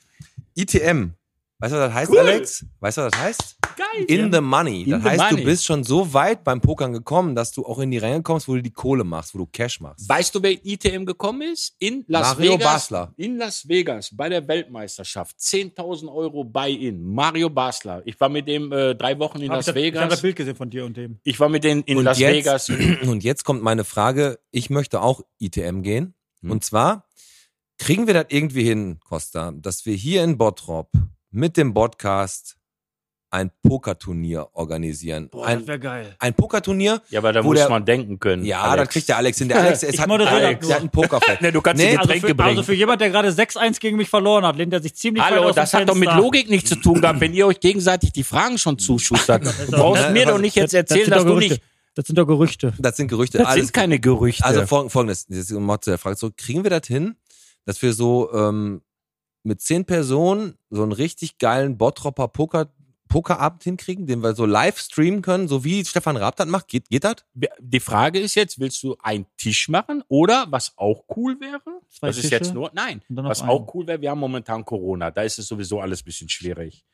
S4: ITM. Weißt du, was das heißt, Alex? Weißt du, was das heißt?
S7: Geil.
S4: In the money.
S7: In
S4: Das
S7: the
S4: heißt,
S7: money.
S4: du bist schon so weit beim Pokern gekommen, dass du auch in die Ränge kommst, wo du die Kohle machst, wo du Cash machst.
S7: Weißt du, wer in ITM gekommen ist? In Las
S4: Mario
S7: Vegas.
S4: Basler.
S7: In Las Vegas bei der Weltmeisterschaft. 10.000 Euro Buy-in. Mario Basler. Ich war mit dem äh, drei Wochen in
S5: Hab
S7: Las
S5: ich das- ich habe
S7: Vegas.
S5: das Bild gesehen von dir und dem.
S7: ich war mit denen in Las
S4: jetzt,
S7: Vegas.
S4: Und jetzt kommt meine Frage, ich möchte auch ITM gehen.
S7: Hm.
S4: Und zwar, kriegen wir das irgendwie hin, Costa, dass wir hier in Bottrop mit dem Podcast ein Pokerturnier organisieren? ein,
S5: wäre geil.
S4: ein Pokerturnier?
S7: Ja, aber da
S4: Wo
S7: muss
S4: der-
S7: man denken können.
S4: Ja,
S7: Alex.
S4: das kriegt der Alex hin. Der Alex, es
S5: Ich
S4: hat,
S5: moderiere das
S4: Alex,
S5: nur.
S4: der hat einen Pokerfeld.
S7: Nee, Ne, du kannst
S4: Nee,
S7: die
S5: Also
S7: Getränke
S5: für,
S7: bringen.
S5: also für jemand, der gerade 6-1 gegen mich verloren hat, lehnt er sich ziemlich weit
S7: Hallo,
S5: aus dem
S7: das hat doch mit
S5: Fenster.
S7: Logik nichts zu tun gehabt, wenn ihr euch gegenseitig die Fragen schon zuschustert. Du brauchst
S4: Ne,
S7: mir
S4: was-
S7: doch nicht jetzt erzählen,
S5: sind
S7: dass
S5: doch
S7: du
S5: Gerüchte.
S7: nicht.
S5: Das sind doch Gerüchte.
S4: Das sind Gerüchte.
S7: Das
S4: Alles
S7: sind keine Gerüchte.
S4: Also fol- folgendes, jetzt mal zu der Frage zurück, kriegen wir das hin, dass wir so ähm, mit zehn Personen so einen richtig geilen Bottropper Poker Pokerabend hinkriegen, den wir so live streamen können, so wie Stefan Raab das macht? Geht, geht das?
S7: die Frage ist jetzt, willst du einen Tisch machen oder was auch cool wäre?
S5: Zwei
S7: das ist
S5: Tische
S7: jetzt nur, nein,
S5: und dann noch
S7: was
S5: einen.
S7: auch cool wäre, wir haben momentan Corona, da ist es sowieso alles ein bisschen schwierig.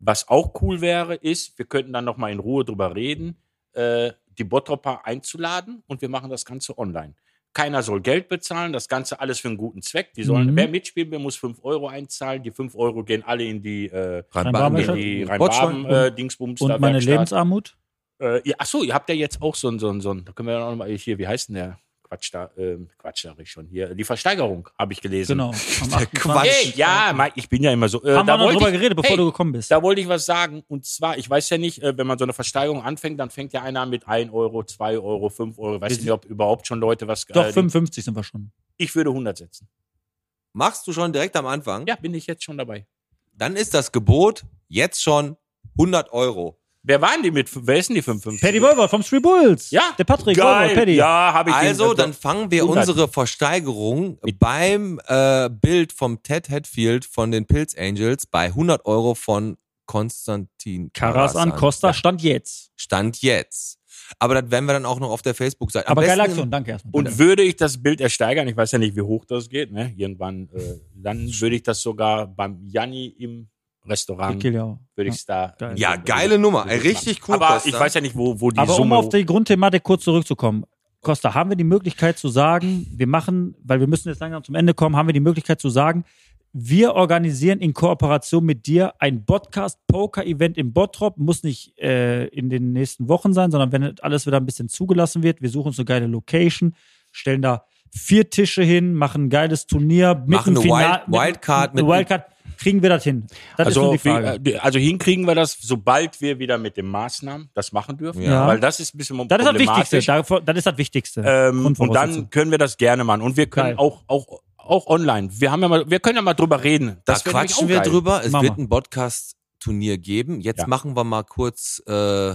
S7: Was auch cool wäre, ist, wir könnten dann nochmal in Ruhe drüber reden, äh, die Bottropper einzuladen und wir machen das Ganze online. Keiner soll Geld bezahlen, das Ganze alles für einen guten Zweck. Die sollen,
S5: Mhm.
S7: wer mitspielen will, muss 5 Euro einzahlen. Die 5 Euro gehen alle in die, äh,
S5: Rhein-Baden-
S7: in
S5: Baden-
S7: die
S4: Botschwein-
S7: Rhein-Baben, äh, Dingsbums da
S5: Und meine
S7: Werkstatt.
S5: Lebensarmut?
S7: Äh, ihr, ach so, ihr habt ja jetzt auch so einen, so einen, so einen da können wir ja auch nochmal, hier, wie heißt denn der? Quatsch da, ähm, Quatsch da ich schon hier. Die Versteigerung habe ich gelesen.
S5: Genau. Am 28.
S7: Ey, ja, Mike, ich bin ja immer so.
S5: Haben
S7: Äh,
S5: wir
S7: da
S5: noch
S7: wollte
S5: drüber
S7: ich,
S5: geredet, bevor
S7: Hey,
S5: du gekommen bist.
S7: da wollte ich was sagen. Und zwar, ich weiß ja nicht, äh, wenn man so eine Versteigerung anfängt, dann fängt ja einer mit 1 Euro, 2 Euro, 5 Euro. Weiß
S5: Wir-
S7: nicht, ob überhaupt schon Leute was.
S5: Doch,
S7: äh,
S5: 55 sind wir schon.
S7: Ich würde 100 setzen.
S4: Machst du schon direkt am Anfang?
S5: Hm?
S7: Ja, bin ich jetzt schon dabei.
S4: Dann ist das Gebot jetzt schon 100 Euro.
S7: Wer waren die mit? Wer ist denn die 55?
S5: Paddy Wolver vom Street Bulls.
S7: Ja.
S5: Der Patrick
S7: Geil.
S5: Wolver, Paddy.
S7: Ja, habe ich den-
S5: äh,
S7: äh,
S4: Also, dann fangen wir
S7: 100.
S4: unsere Versteigerung beim äh, Bild vom Ted Hatfield von den Pilz Angels bei 100 Euro von Konstantin
S5: Karas an, Costa stand jetzt.
S4: Stand jetzt. Aber das werden wir dann auch noch auf der Facebook-Seite. Am
S5: Aber geile
S4: besten-
S5: Aktion, danke erstmal.
S7: Und würde ich das Bild ersteigern, ich weiß ja nicht, wie hoch das geht, ne? Irgendwann, äh, dann würde ich das sogar beim Janni im Restaurant,
S5: Kill, ja.
S7: würde ich es da.
S5: Geil.
S4: Ja, geile Nummer. Ey, richtig cool,
S7: Aber
S4: Costa.
S7: ich weiß ja nicht, wo, wo die
S5: Aber um
S7: Summe.
S5: auf die Grundthematik kurz zurückzukommen. Costa, haben wir die Möglichkeit zu sagen, wir machen, weil wir müssen jetzt langsam zum Ende kommen, haben wir die Möglichkeit zu sagen, wir organisieren in Kooperation mit dir ein Podcast-Poker-Event im Bottrop. Muss nicht äh, in den nächsten Wochen sein, sondern wenn das alles wieder ein bisschen zugelassen wird. Wir suchen uns eine geile Location, stellen da vier Tische hin, machen ein geiles Turnier. mit
S4: Machen
S5: einem
S4: eine
S5: Final-
S4: Wild- Wildcard
S5: Mit,
S4: mit-
S5: eine Wildcard. Kriegen wir das hin? Das ist
S7: also,
S5: nur die
S7: wie-
S5: Frage.
S7: äh, also hinkriegen wir das, sobald wir wieder mit den Maßnahmen das machen dürfen.
S4: Ja.
S7: Weil das ist ein bisschen
S5: Das ist das
S7: problematisch.
S5: Wichtigste. Davor- Das ist das Wichtigste.
S7: Ähm, und
S5: Grundvoraussetzung.
S7: dann können wir das gerne machen. Und wir
S5: Geil.
S7: können auch, auch, auch online. Wir haben ja mal, wir können ja mal drüber reden.
S4: Das
S7: wär nämlich
S4: quatschen
S7: auch
S4: wir
S7: geil.
S4: drüber. Es
S5: Machen
S4: wird
S5: wir.
S4: ein Podcast-Turnier geben. Jetzt
S7: Ja.
S4: machen wir mal kurz, äh,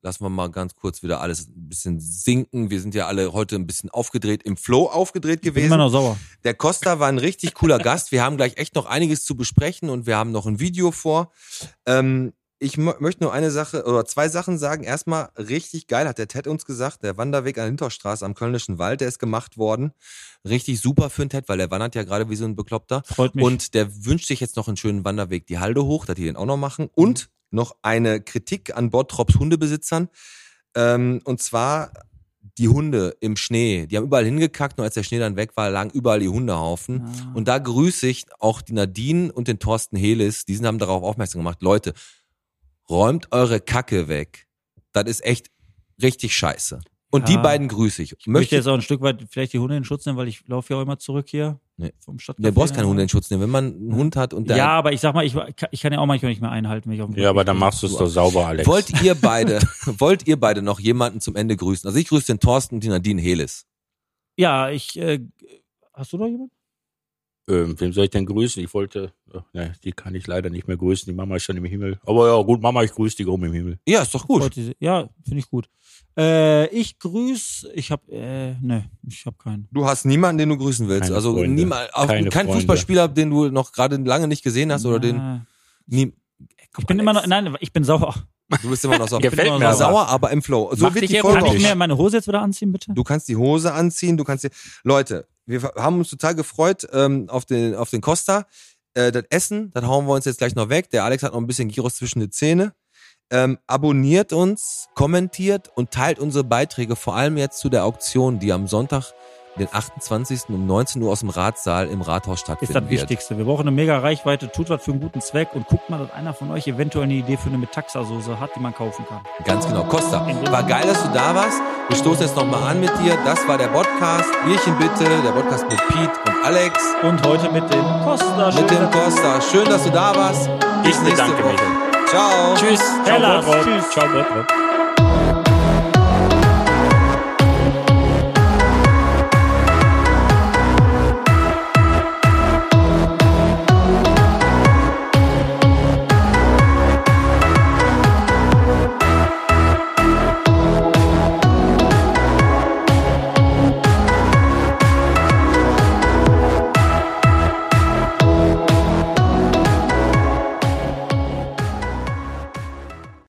S4: lassen wir mal ganz kurz wieder alles ein bisschen sinken. Wir sind ja alle heute ein bisschen aufgedreht, im Flow aufgedreht
S5: Bin immer
S4: gewesen.
S5: noch sauer.
S4: Der Costa war ein richtig cooler Gast. Wir haben gleich echt noch einiges zu besprechen und wir haben noch ein Video vor. Ähm, ich mö- möchte nur eine Sache oder zwei Sachen sagen. Erstmal, richtig geil, hat der Ted uns gesagt, der Wanderweg an der Hinterstraße am Kölnischen Wald, der ist gemacht worden. Richtig super für den Ted, weil der wandert ja gerade wie so ein Bekloppter.
S5: Freut mich.
S4: Und der wünscht sich jetzt noch einen schönen Wanderweg die Halde hoch, dass die den auch noch machen. Und
S5: Mhm.
S4: noch eine Kritik an Bottrops Hundebesitzern. Ähm, und zwar die Hunde im Schnee. Die haben überall hingekackt, nur als der Schnee dann weg war, lagen überall die Hundehaufen.
S5: Ah.
S4: Und da grüße ich auch die Nadine und den Thorsten Helis. Die sind- haben darauf aufmerksam gemacht. Leute, räumt eure Kacke weg. Das ist echt richtig scheiße. Und die
S5: Ja.
S4: beiden grüße ich.
S5: Ich möchte jetzt auch ein Stück weit vielleicht die Hunde in Schutz nehmen, weil ich laufe ja auch immer zurück hier
S4: Nee.
S5: vom Stadtcafé.
S4: der brauchst keinen Hund in Schutz nehmen. Wenn man einen Hund hat und der
S5: Ja, aber ich sag mal, ich, ich kann ja auch manchmal nicht mehr einhalten, wenn ich auf dem
S7: Ja, aber dann machst du es doch sauber, Alex.
S4: Wollt ihr beide, wollt ihr beide noch jemanden zum Ende grüßen? Also ich grüße den Thorsten und die Nadine Helis.
S5: Ja, ich. Äh, hast du noch jemanden?
S7: Ähm, wem soll ich denn grüßen? Ich wollte, ach, ne, die kann ich leider nicht mehr grüßen. Die Mama ist schon im Himmel. Aber ja, gut, Mama, ich grüße dich oben im Himmel.
S4: Ja, ist doch gut.
S5: Wollte- Ja, finde ich gut. Äh, ich grüß. Ich hab. Äh, ne, ich hab keinen.
S4: Du hast niemanden, den du grüßen willst.
S7: Keine
S4: also
S7: Freunde.
S4: niemand, auch
S7: Keine
S4: kein
S7: Freunde.
S4: Fußballspieler, den du noch gerade lange nicht gesehen hast oder den
S5: Äh,
S4: nie, Ey, guck
S5: Ich bin
S4: mal,
S5: immer noch.
S4: Alex,
S5: Nein, ich bin sauer.
S4: Du bist immer noch sauer.
S7: Gefällt
S5: immer
S7: mir
S5: noch
S7: aber.
S4: sauer, aber im Flow. So
S7: Mach
S4: wird
S7: dich
S4: die
S7: ja
S4: Folge
S5: Kann
S7: Doch.
S5: ich
S4: auch.
S5: mir meine Hose jetzt wieder anziehen, bitte?
S4: Du kannst die Hose anziehen, du kannst die. Leute, wir haben uns total gefreut ähm, auf, den, auf den Costa. Äh, das Essen, das hauen wir uns jetzt gleich noch weg. Der Alex hat noch ein bisschen Giros zwischen die Zähne. Ähm, abonniert uns, kommentiert und teilt unsere Beiträge, vor allem jetzt zu der Auktion, die am Sonntag, den 28. um 19 Uhr aus dem Ratssaal im Rathaus
S5: ist
S4: stattfinden
S5: das
S4: wird.
S5: Wichtigste. Wir brauchen eine mega Reichweite, tut was für einen guten Zweck und guckt mal, dass einer von euch eventuell eine Idee für eine Metaxa-Soße hat, die man kaufen kann.
S4: Ganz genau. Costa, war geil, dass du da warst. Wir stoßen jetzt nochmal an mit dir. Das war der Podcast. Bierchen bitte, der Podcast mit Pete und Alex.
S5: Und heute mit dem Costa.
S4: mit
S5: Schön,
S4: dem Costa. Schön, dass du da warst.
S7: Ich bedanke mich.
S4: Ciao.
S7: Tschüss.
S5: Hellas.
S7: Bottrop.
S5: Tschüss.
S7: Ciao, Bottrop.